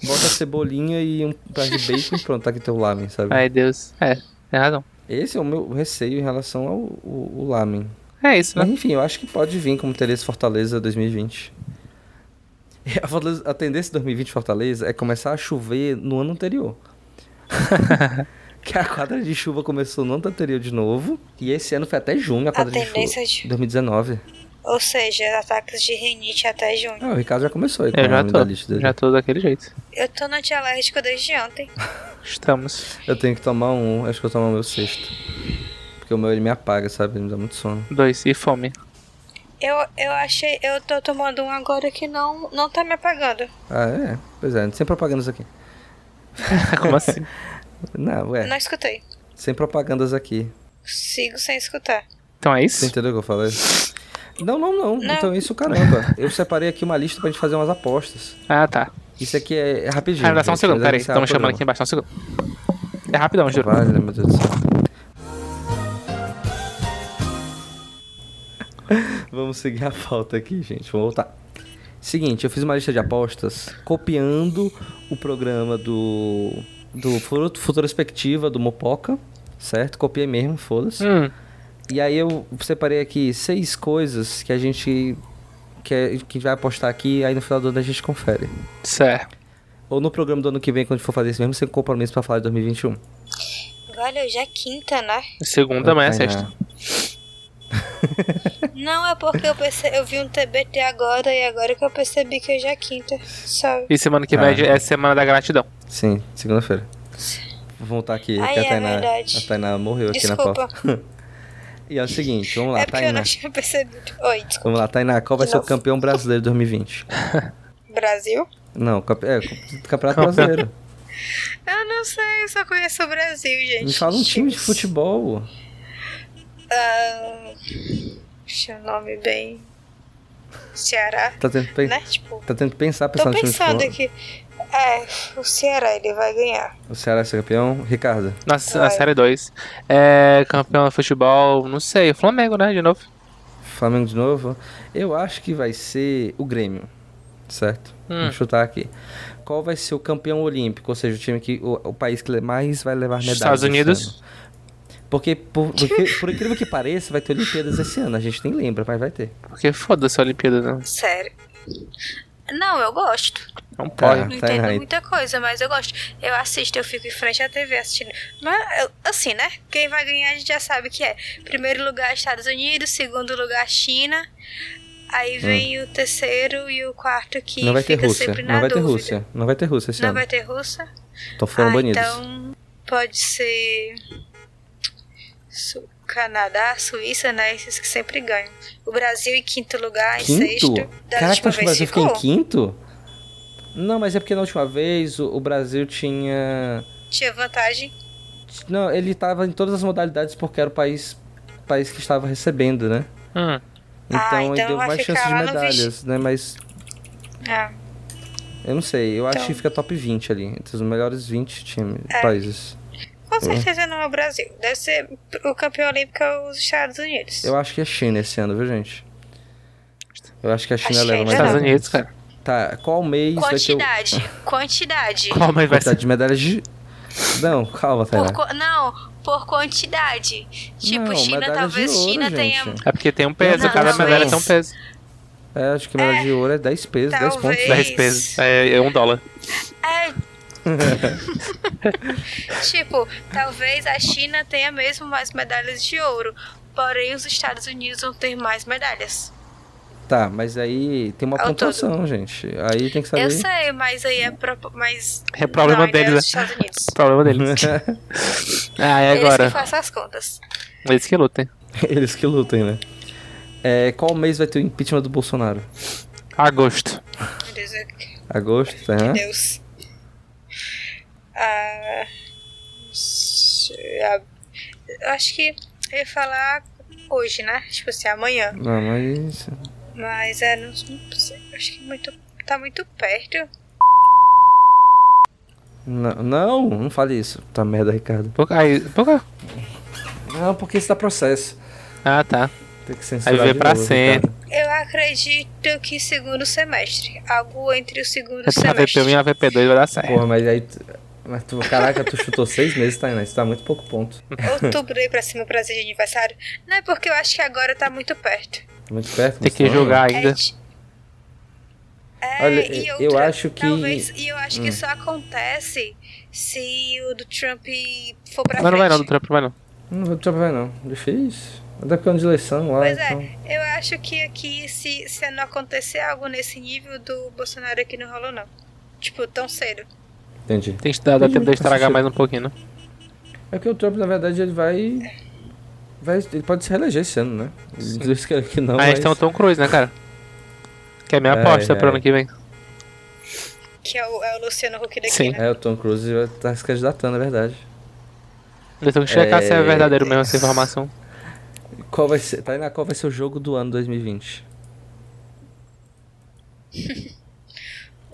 Bota cebolinha e um pedaço de bacon e pronto, tá aqui teu lamen, sabe? Ai, Deus. É, tem razão. Esse é o meu receio em relação ao o, o lamen. É isso, Mas né? enfim, eu acho que pode vir como Tereza Fortaleza 2020. E *laughs* A, Fortaleza- a tendência de 2020 Fortaleza é começar a chover no ano *laughs* anterior. que a quadra de chuva começou no ano anterior de novo. E esse ano foi até junho a A quadra de chuva. tendência de. 2019. Ou seja, ataques de rinite até junho. Ah, o Ricardo já começou aí com Eu já o nome da tô. lista dele. Já tô daquele jeito. Eu tô no antialérgico desde ontem. Estamos. Eu tenho que tomar um, acho que eu vou tomar o meu sexto. Porque o meu ele me apaga, sabe? Me dá muito sono. Dois. E fome. *laughs* Eu, eu achei. Eu tô tomando um agora que não, não tá me apagando. Ah, é? Pois é, sem propagandas aqui. Como assim? Não, ué. Não escutei. Sem propagandas aqui. Sigo sem escutar. Então é Você isso? entendeu o que eu falei? Não, não, não. Não. Então isso, caramba. Eu separei aqui uma lista pra gente fazer umas apostas. Ah, tá. Isso aqui é rapidinho. Ah, me dá só um gente, segundo, mas é peraí. iniciar Estão me o programa. chamando aqui embaixo, só um segundo. É rapidão, juro. Vale, meu Deus do céu. Vamos seguir a pauta aqui, gente. Vamos voltar. Seguinte, eu fiz uma lista de apostas copiando o programa do do Furu- Futurospectiva do Mopoca, certo? Copiei mesmo, foda-se. Hum, E aí eu separei aqui seis coisas que a gente quer, que a gente vai apostar aqui aí no final do ano a gente confere. certo. Ou no programa do ano que vem, quando a gente for fazer isso mesmo, sem compromisso pra falar de 2021. Vale, hoje é *laughs* quinta, né? Segunda, amanhã é sexta. Não, é porque eu, perce... eu vi um TBT agora e agora que eu percebi que hoje é quinta. Só. E semana que Ah. vem é de- é semana da gratidão. Sim, segunda-feira. Vou voltar aqui, Ai, que a é Tainá, verdade. a Tainá morreu aqui na Desculpa. pauta. e é o seguinte, vamos lá, É porque eu Tainá. não tinha percebido. Oi, desculpa. Vamos lá, Tainá, qual vai De ser o novo. campeão brasileiro de 2020? Brasil? Não, campe... é, campeonato brasileiro. Eu não sei, eu só conheço o Brasil, gente. Me fala um time de futebol. Ah, Deixa eu nome bem. Ceará, Tá tendo que, né? Tipo, tá tendo que pensar, pensar tô no time de pensando futebol. aqui. É, o Ceará ele vai ganhar. O Ceará vai ser campeão. Ricardo, Na, na Vai. série 2. É, campeão de futebol, não sei, Flamengo, né? De novo. Flamengo de novo. Eu acho que vai ser o Grêmio, certo? Hum. Vamos chutar aqui. Qual vai ser o campeão olímpico, ou seja, o time que o, o país que mais vai levar medalhas? Estados esse ano? Unidos. Porque, por, *laughs* porque, por incrível que pareça, vai ter Olimpíadas esse ano. A gente nem lembra, mas vai ter. Porque foda-se a Olimpíada, né? É Sério. Não, eu gosto. Não pode. Tá, Não tá entendo errado. muita coisa, mas eu gosto. Eu assisto, eu fico em frente à TV assistindo. Mas, eu- assim, né? Quem vai ganhar a gente já sabe que é. Primeiro lugar, Estados Unidos. Segundo lugar, China. Aí vem o terceiro e o quarto que Hum. não vai ter fica Rússia. sempre na Não vai ter dúvida. Rússia. Não vai ter Rússia esse Não ano. vai ter Rússia? Então foram ah, banidos. Então pode ser Su- Canadá, Suíça, né? Esses que sempre ganham. O Brasil em quinto lugar, em Quinto? sexto. Da Caraca, última acho que o vez Brasil ficou. ficou em quinto? Não, mas é porque na última vez o, o Brasil tinha. Tinha vantagem. Não, ele tava em todas as modalidades porque era o país, país que estava recebendo, né? Hum. Então, Ah, ele então deu vai mais ficar chances de lá no medalhas, né? Mas Ah, eu não sei, eu acho Então. É. que fica top 20 ali, entre os melhores 20 times, países. com certeza não é o Brasil. Deve ser o campeão olímpico é os Estados Unidos. Eu acho que é China esse ano, viu, gente? Eu acho que a China Acho que leva mais ainda não. Estados medalhas. Unidos, cara. Tá, qual mês vai ter o... Quantidade, *laughs* quantidade. Qual mas é vai Quantidade ser? de medalhas de... Não, calma, Por Tainá. co- não, por quantidade. Tipo, Não, China, medalha de talvez ouro, China tenha. gente. É porque tem um peso, Não, cada não, medalha mas- tem um peso. É, acho que medalha de ouro é 10 pesos, 10 pontos. talvez. 10 pesos. É, é um dólar. *laughs* É. tipo, talvez a China tenha mesmo mais medalhas de ouro. Porém, os Estados Unidos vão ter mais medalhas. Tá, mas aí tem uma Ao todo. pontuação, gente. Aí tem que saber... Eu sei, mas aí é. Propo... Mas. Tá É problema não, ainda deles, É né? os Estados Unidos. *laughs* Problema deles. ah, e Eles que agora? façam as contas. Eles que lutem. *laughs* Eles que lutem, né? É, qual mês vai ter o impeachment do Bolsonaro? Agosto. Meu Deus. eu- Agosto, tá? né? Deus. Ah, se- a- eu acho que eu ia falar hoje, né? Tipo assim, amanhã. Não, mas. Mas é, não, não sei, acho que muito, tá muito perto. Não, não, não fale isso. Tá merda, Ricardo. Pouca- Aí, pouca- Não, porque isso dá processo. Ah, tá. Tem que censurar. Aí vê de pra novo, sempre. Ricardo. Eu acredito que segundo semestre. Algo entre o segundo A VP1 semestre. e a VP2 vai dar certo. Porra, mas aí. tu- Mas tu, caraca, tu chutou seis meses, Tainá. Isso tá muito pouco ponto. Outubro aí pra cima pra de aniversário. Não é porque eu acho que agora tá muito perto. Muito perto. Tem mas tá- que não. jogar É, ainda. de- é, Olha, e eu outra, acho que- Talvez, e eu Hum. acho que isso acontece se o do Trump for pra Não, não frente. vai não, do Trump não vai não. Não vou trabalhar, não. Difícil. Até porque é uma de eleição lá. Pois é. então. Eu acho que aqui, se, se não acontecer algo nesse nível do Bolsonaro aqui não rolou, não. Tipo, tão cedo. Entendi. Tem que dar Hum, dá tempo de estragar mais um pouquinho, né? É que o Trump, na verdade, ele vai. vai ele pode se reeleger esse ano, né? Diz que que não. Aí a mas... gente tem o Tom Cruise, né, cara? Que é a minha Ai, aposta ai. pro ano que vem. Que é o, é o Luciano Huck daqui, Sim. né? É, o Tom Cruise vai estar se candidatando, é verdade. Eu tenho que checar se é verdadeiro mesmo essa informação. Qual vai ser, Tainá, qual vai ser o jogo do ano 2020?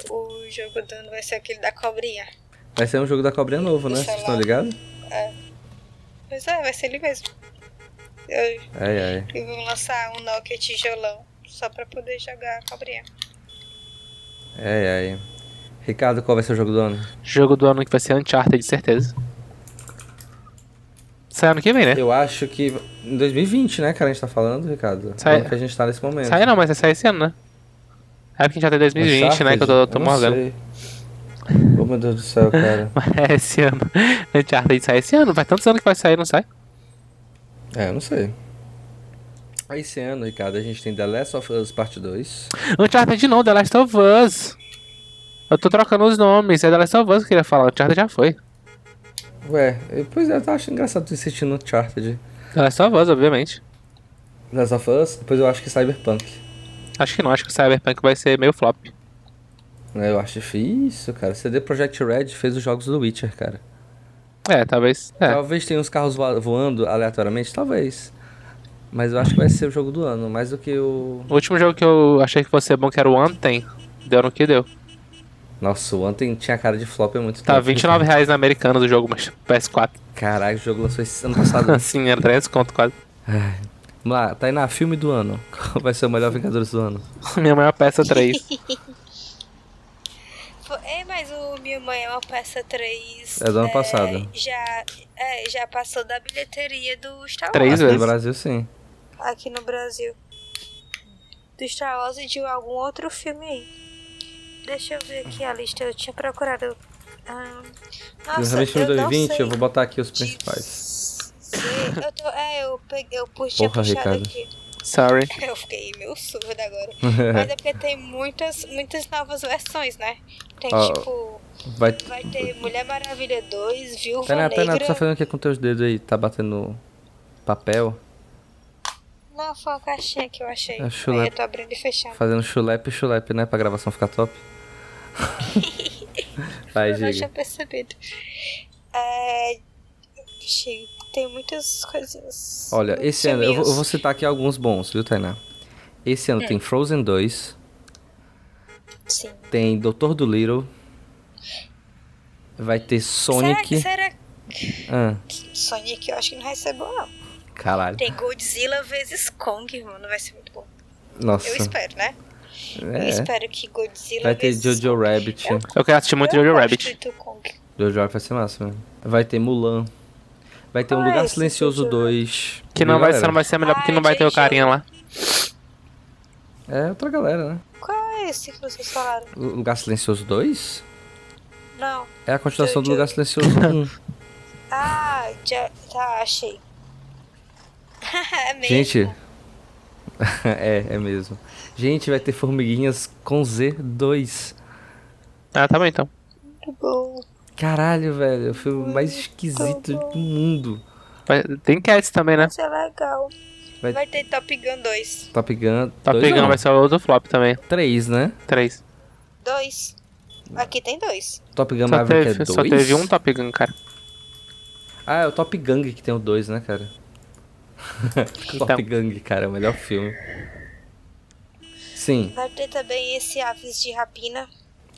O jogo do ano vai ser aquele da cobrinha. Vai ser um jogo da cobrinha novo, né? Vocês estão ligados? Pois é, vai ser ele mesmo. Eu, Ai, ai. eu vou lançar um Nokia tijolão só pra poder jogar a cobrinha. Ai, ai. Ricardo, qual vai ser o jogo do ano? Jogo do ano que vai ser Uncharted, de certeza. Sai ano que vem, né? *laughs* Eu acho que. Em 2020, né, cara? A gente tá falando, Ricardo? Sai- Ano que a gente tá nesse momento. Sai não, mas vai sair esse ano, né? É porque a gente já tem 2020, né? Que eu tô, tô não morgando. sei. Oh, meu Deus do céu, cara. *laughs* Mas *laughs* é esse ano. Uncharted sai esse ano. Faz tantos anos que vai sair, não sai? É, eu não sei. Esse ano, Ricardo, a gente tem The Last of Us Parte 2. Uncharted não, The Last of Us. Eu tô trocando os nomes. É The Last of Us que eu queria falar. Uncharted já foi. Ué, eu- pois é, eu tava achando engraçado tu insistindo no Uncharted. The Last of Us, obviamente. The Last of Us, depois eu acho que Cyberpunk. Acho que não. Acho que o Cyberpunk vai ser meio flop. Né, Eu acho difícil, cara. CD Projekt Red fez os jogos do Witcher, cara. É, talvez. É. Talvez tenha uns carros voa- voando aleatoriamente, talvez. Mas eu acho que vai ser o jogo do ano, mais do que o. O último jogo que eu achei que fosse ser bom, que era o Anthem, deu no que deu. Nossa, o ontem tinha cara de flop há muito Tá tempo. R$ 29 reais na americana do jogo, mas PS4. Caraca, o jogo lançou esse ano *laughs* passado. Assim, era 300 conto quase. *laughs* Vamos lá, Tainá, filme do ano. *laughs* Qual vai ser o melhor Vingadores do ano? Minha maior peça é *laughs* 3. Pô, É, mas o Minha Mãe é uma peça 3. É do ano passado. Já, é, já passou da bilheteria do Star Wars Três Aqui no vezes. Brasil, sim. aqui no Brasil. Do Star Wars e de algum outro filme aí. Deixa eu ver aqui a lista, eu tinha procurado. Ah, nossa, Principalmente filme eu não 2020, sei eu vou botar aqui os de- principais. Sei, eu tô, é, eu, peguei, eu pu- tinha Porra, puxado Ricardo. aqui. *laughs* Sorry. Eu fiquei meio surda agora. Mas é porque tem muitas, muitas novas versões, né? Tem Ó, tipo, *laughs* Vai. vai ter Mulher Maravilha 2, Viúva Tainá, Tainá, tu Negra. tá fazendo o que com teus dedos aí? Tá batendo papel? Não, foi uma caixinha que eu achei. É chulé. Aí eu tô abrindo e fechando. Fazendo chulepe, chulepe, né? Pra gravação ficar *laughs* top. Vai, eu não tinha diga. percebido. É. Vixe, tem muitas coisinhas. Olha, muitos esse ano, eu vou, eu vou filminhos. citar aqui alguns bons, viu, Tainá? Esse É. ano tem Frozen 2, Sim. tem Doutor do Little, vai ter Sonic. Será, será Ah, que Sonic eu acho que não vai ser bom, não. caralho. Tem Godzilla vezes Kong, mano. Vai ser muito bom. Nossa. Eu espero, né? Eu É. espero que Godzilla Vai ter vezes Jojo Kong. Rabbit. Eu- Eu quero assistir muito Eu Jojo gosto Rabbit. do Kong. Jojo Rabbit vai ser massa mesmo. Vai ter Mulan. Vai ter Um Ah, Lugar esse Silencioso Jojo 2. Que Viu, não vai, galera? ser- não vai ser melhor porque Ai, não vai ter o gente, eu- carinha lá. É outra galera, né? Qual é esse que vocês falaram? O Lugar Silencioso 2? Não. É a continuação do Jojo. Lugar Silencioso *laughs* 1. Ah, já, tá, achei. *laughs* é mesmo. Gente. *laughs* é, é mesmo. Gente, vai ter Formiguinhas com Z2. Ah, tá bom então. Muito bom. Caralho, velho. É o filme mais tá esquisito do mundo. Vai- Tem Cats também, né? Isso é legal. Vai- Vai... ter Top Gun 2. Top Gun. Tá dois pegando, não, vai ser outro flop também. 3, né? 3. 2. Aqui tem dois. Top Gun Só Maverick teve, é 2. só teve um Top Gun, cara. Ah, é o Top Gang que tem o 2, né, cara? *laughs* Top Então. Gang, cara, é o melhor filme. Sim, Vai ter também esse Aves de Rapina.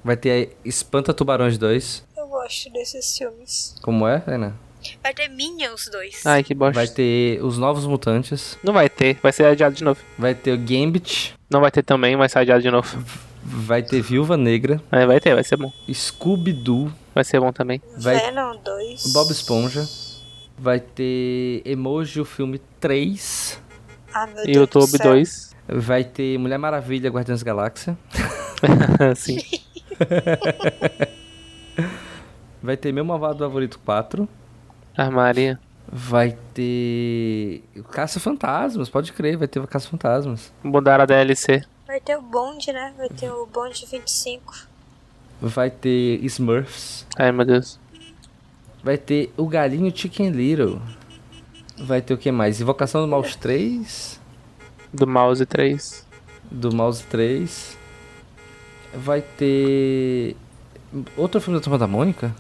vai ter Espanta Tubarões 2. Eu gosto desses filmes. Como é, Renan? Vai ter Minions 2. Ai, que bosta. Vai ter Os Novos Mutantes. Não vai ter, vai ser adiado de novo. Vai ter o Gambit. Não vai ter também, vai ser adiado de novo. *laughs* Vai ter Viúva Negra. Aí vai ter, vai ser bom. Scooby-Doo. Vai ser bom também. Vai- Venom 2. Bob Esponja. Vai ter Emoji, o filme 3. Ah, meu Deus do YouTube céu. 2. Vai ter Mulher Maravilha, Guardiões da Galáxia. *laughs* *laughs* Sim. Vai ter Meu Malvado Favorito 4. Ah, Armaria. Vai ter. Caça Fantasmas, pode crer, vai ter Caça Fantasmas. Mudaram a DLC. Vai ter o Bond, né? Vai ter o Bond 25. Vai ter Smurfs. Ai, meu Deus. Vai ter o Galinho Chicken Little. Vai ter o que mais? Invocação do Mouse 3. Do Mouse 3. Do Mouse 3. Vai ter. Outro filme da Turma da Mônica?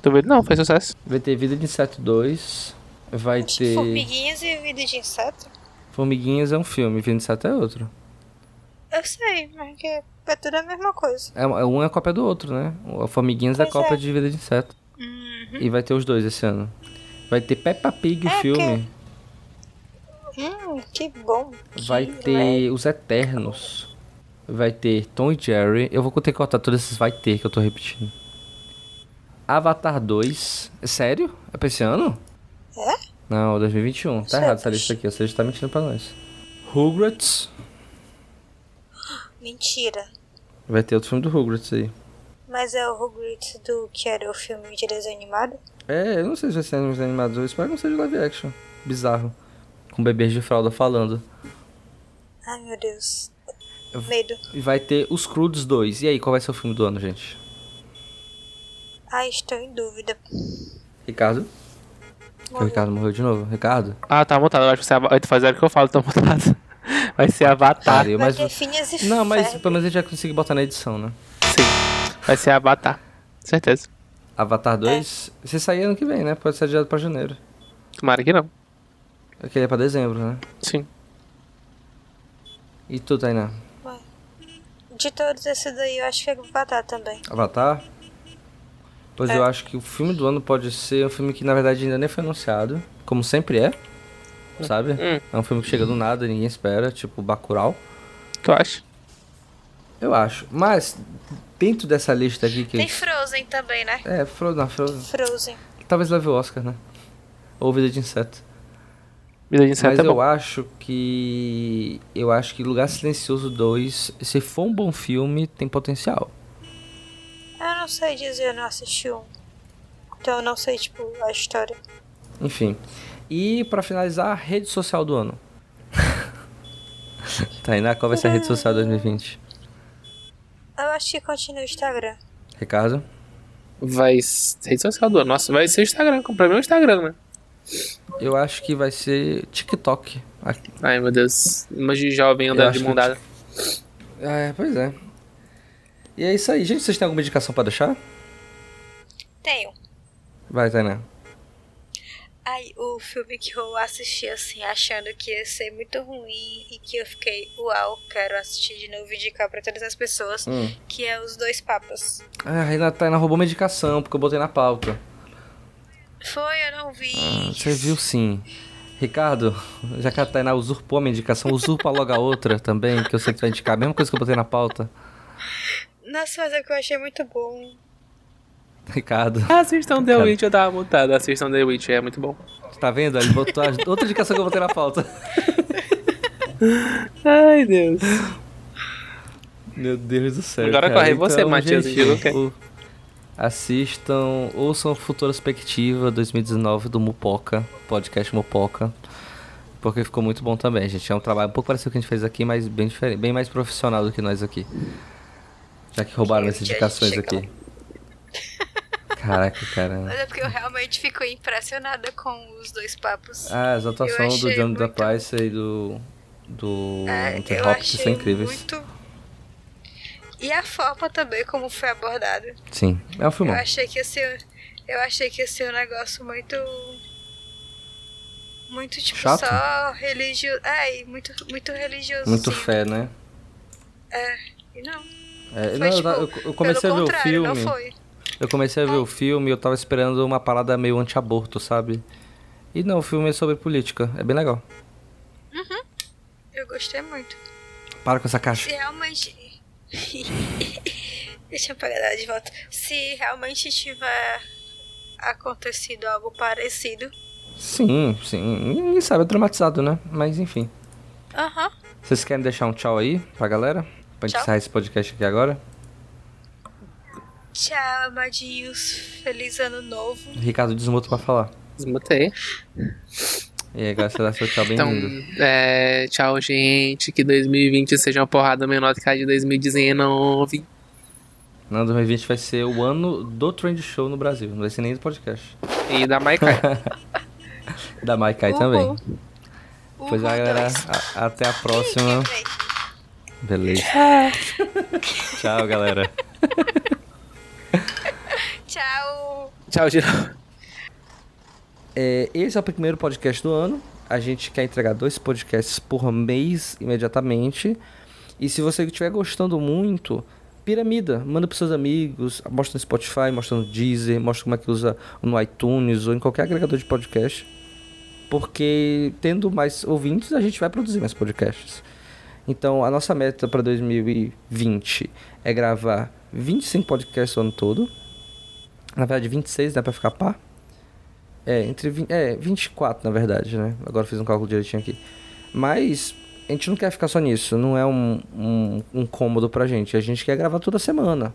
Tô vendo? Não, foi sucesso. Vai ter Vida de Inseto 2. Vai ter. Tipo, Formiguinhas e vida de inseto? Formiguinhas é um filme, Vida de Inseto é outro. Eu sei, mas que é tudo a mesma coisa. É, um é a cópia do outro, né? O Formiguinhas é a Pois cópia é. Uhum. de Vida de Inseto. E vai ter os dois esse ano. Vai ter Peppa Pig o É, filme. Hum, que bom. Vai Que é ter Os Eternos. Vai ter Tom e Jerry. Eu vou ter que cortar todos esses vai ter que eu tô repetindo. Avatar 2. Sério? É pra esse ano? É? Não, 2021. Tá Sério? errado essa lista aqui. Você está mentindo pra nós. Rugrats. le- Mentira. Vai ter outro filme do Rugrats aí. Mas é o Rugrats do que era o filme de desenho animado? É, eu não sei se vai ser animados, animados. Eu espero que não seja live action. Bizarro. Com bebês de fralda falando. Ai, meu Deus. Eu- Medo. E vai ter Os Crudos 2. E aí, qual vai ser o filme do ano, gente? Ai, estou em dúvida. Ricardo? O Ricardo morreu de novo. Ricardo? Ah, tá montado. Eu acho que você vai fazer o que eu falo, tá montado. *laughs* Vai ser Avatar. Pariu, Vai Ah, mas... ter finhas e um- Não, mas Ferb. pelo menos a gente já conseguiu botar na edição, né? Sim. Vai ser Avatar. Certeza. Avatar 2, se sair ano que vem, né? Pode ser adiado pra janeiro. Tomara que não. Aquele é pra dezembro, né? Sim. E tu, Tainá? De todos esses daí, eu acho que é Avatar também. Avatar? Pois eu acho que o filme do ano pode ser um filme que na verdade ainda nem foi anunciado, como sempre é, sabe? Hum. É um filme que chega do nada, ninguém espera, tipo Bacurau, Tu acha? eu acho. Mas dentro dessa lista aqui que Tem Frozen também, né? é, Frozen, não, Frozen. Frozen. talvez leve o Oscar, né? Ou Vida de Inseto. Vida de inseto Mas é eu bom. acho que eu acho que Lugar Silencioso 2, se for um bom filme, tem potencial. Eu não sei dizer, eu não assisti um. Então eu não sei, tipo, a história. Enfim. E pra finalizar, a rede social do ano. *laughs* Tainá, qual vai ser a rede social 2020? Eu acho que continua o Instagram. Ricardo? Vai ser rede social do ano. Nossa, vai ser Instagram. Pra mim é o Instagram, né? Eu acho que vai ser TikTok. Aqui. Ai, meu Deus. Imagina de jovem andando acho de que- mão dada. É, pois é. E é isso aí. Gente, vocês têm alguma indicação pra deixar? Tenho. Vai, Tainá. Ai, o filme que eu assisti, assim, achando que ia ser muito ruim e que eu fiquei, uau, quero assistir de novo e indicar pra todas as pessoas, Hum. que é Os Dois Papas. Ah, a Reina- Tainá roubou uma indicação, porque eu botei na pauta. Foi, eu não vi. Ah, Você viu sim. Ricardo, já que a Tainá usurpou a minha indicação, usurpa logo a outra também, que eu sei que tu vai indicar a mesma coisa que eu botei na pauta. Nossa, mas é que eu achei muito bom. Ricardo, Ah, Assistam The Cara. Witch, eu tava montado. Assistam The Witch, é muito bom. tá vendo? Ele botou a outra indicação que eu botei na pauta. Ai, Deus. Meu Deus do céu. Agora cara. Então, corre você, Matias gente, Giluca. o- Assistam, ouçam Futura Perspectiva 2019 do Mupoca, podcast Mupoca, porque ficou muito bom também, gente. É um trabalho um pouco parecido com o que a gente fez aqui, mas bem diferente, bem mais profissional do que nós aqui. Já que roubaram Que essas dia a indicações gente aqui. Caraca, cara. *laughs* Mas é porque eu realmente fico impressionada com Os Dois Papos. Ah, as atuações do achei Johnny da muito- Price e do. do É, Anthony eu Hopkins são achei incríveis. muito... E a forma também como foi abordado. Sim, é um filmão. Eu achei que ia ser... Eu achei que ia ser um negócio muito... Muito, tipo, Chato? só religioso... É, e muito, muito religioso. assim. Muito fé, né? E não, É, Foi, não, eu tipo, tava- eu, eu comecei a pelo ver o contrário, filme. não foi. Eu comecei a ver o filme e eu tava esperando uma parada meio anti-aborto, sabe? E não, o filme é sobre política. É bem legal. Eu gostei muito. Para com essa caixa. Se realmente... *laughs* Deixa eu pegar ela de volta. Se realmente tiver acontecido algo parecido... Sim, sim. Ninguém sabe, é dramatizado, né? Mas enfim. Aham. Vocês querem deixar um tchau aí pra galera? Pra gente Tchau. encerrar esse podcast aqui agora? Tchau, amadinhos. Feliz ano novo. Ricardo desmuta pra falar. Desmutei. E aí, galera, você dá seu tchau bem Então, lindo. é, tchau, gente. Que 2020 seja uma porrada menor do que a de 2019. Não, 2020 vai ser o ano do Trend Show no Brasil. Não vai ser nem do podcast. E da Maikai. Da Maikai Uhul. também. Pois Uhul, é, galera. dois. a- até a próxima. Quebrei. Beleza. tchau, galera. Tchau. Tchau, Giro. É, esse é o primeiro podcast do ano. A gente quer entregar dois podcasts por mês imediatamente. E se você estiver gostando muito, piramida. Manda pros seus amigos, mostra no Spotify, mostra no Deezer, mostra como é que usa no iTunes ou em qualquer agregador de podcast. Porque tendo mais ouvintes, a gente vai produzir mais podcasts. Então, a nossa meta para 2020 é gravar 25 podcasts o ano todo. Na verdade, 26, né, para ficar pá. É, entre vin- é, 24, na verdade, né? Agora eu fiz um cálculo direitinho aqui. Mas a gente não quer ficar só nisso, não é um, um, um cômodo pra gente. A gente quer gravar toda semana.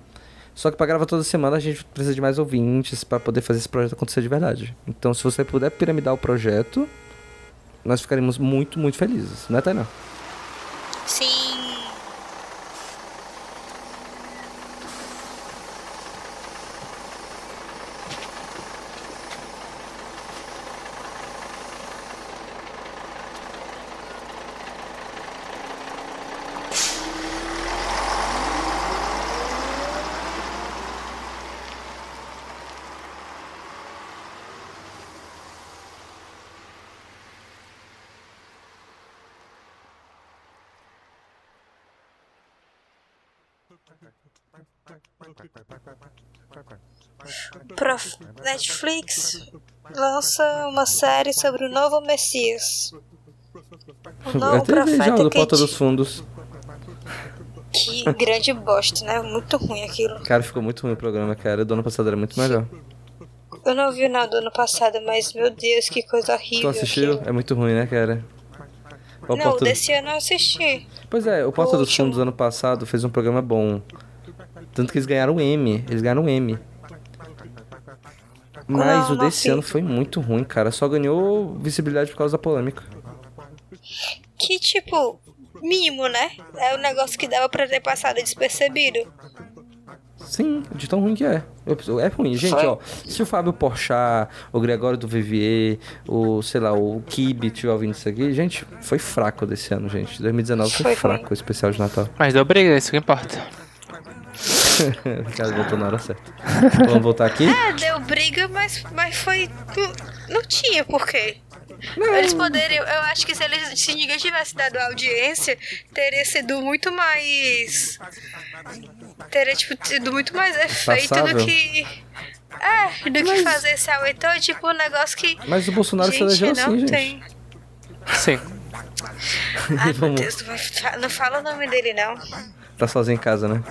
Só que pra gravar toda semana a gente precisa de mais ouvintes pra poder fazer esse projeto acontecer de verdade. Então, se você puder piramidar o projeto, nós ficaremos muito, muito felizes, né, Tainá? Sim. Prof- Netflix lança uma série sobre o novo Messias. O Eu novo até vi já profeta é do Porta dos que, Fundos. que grande bosta, né? Muito ruim aquilo. Cara, ficou muito ruim o programa, cara. Do ano passado era muito melhor. Eu não vi nada do ano passado, mas meu Deus, que coisa Tu horrível. assistiu? aquilo. É muito ruim, né, cara? O Não, Porta- desse ano eu assisti. Pois é, o Porta dos Ótimo. Fundos ano passado fez um programa bom. Tanto que eles ganharam o M. Eles ganharam o M. Mas Não, o não desse vi. ano foi muito ruim, cara. Só ganhou visibilidade por causa da polêmica. Que tipo, mimo, né? É um negócio que dava pra ter passado despercebido. Sim, de tão ruim que é. Eu- É ruim, gente, ó. Se o Fábio Porchat, o Gregório do Vivier, o, sei lá, o Kibe tiver ouvindo isso aqui, gente, foi fraco desse ano, gente. 2019 foi, Foi ruim. fraco o especial de Natal. *laughs* *laughs* Mas deu briga, isso que importa. o cara voltou na hora certa. Vamos voltar aqui? É, deu briga, mas, mas foi. não- Não tinha porquê. Eles poderiam. Eu acho que se, eles, se ninguém tivesse dado audiência, teria sido muito mais. Teria, tipo, tido muito mais efeito Passável. do que. É, do que fazer esse aumentou, tipo, um negócio que. Mas o Bolsonaro se Gente, elegeu não assim, gente. tem. *laughs* Sim. Ai, meu Vamos. Deus, não vai fa- não fala o nome dele, não. Tá sozinho em casa, né?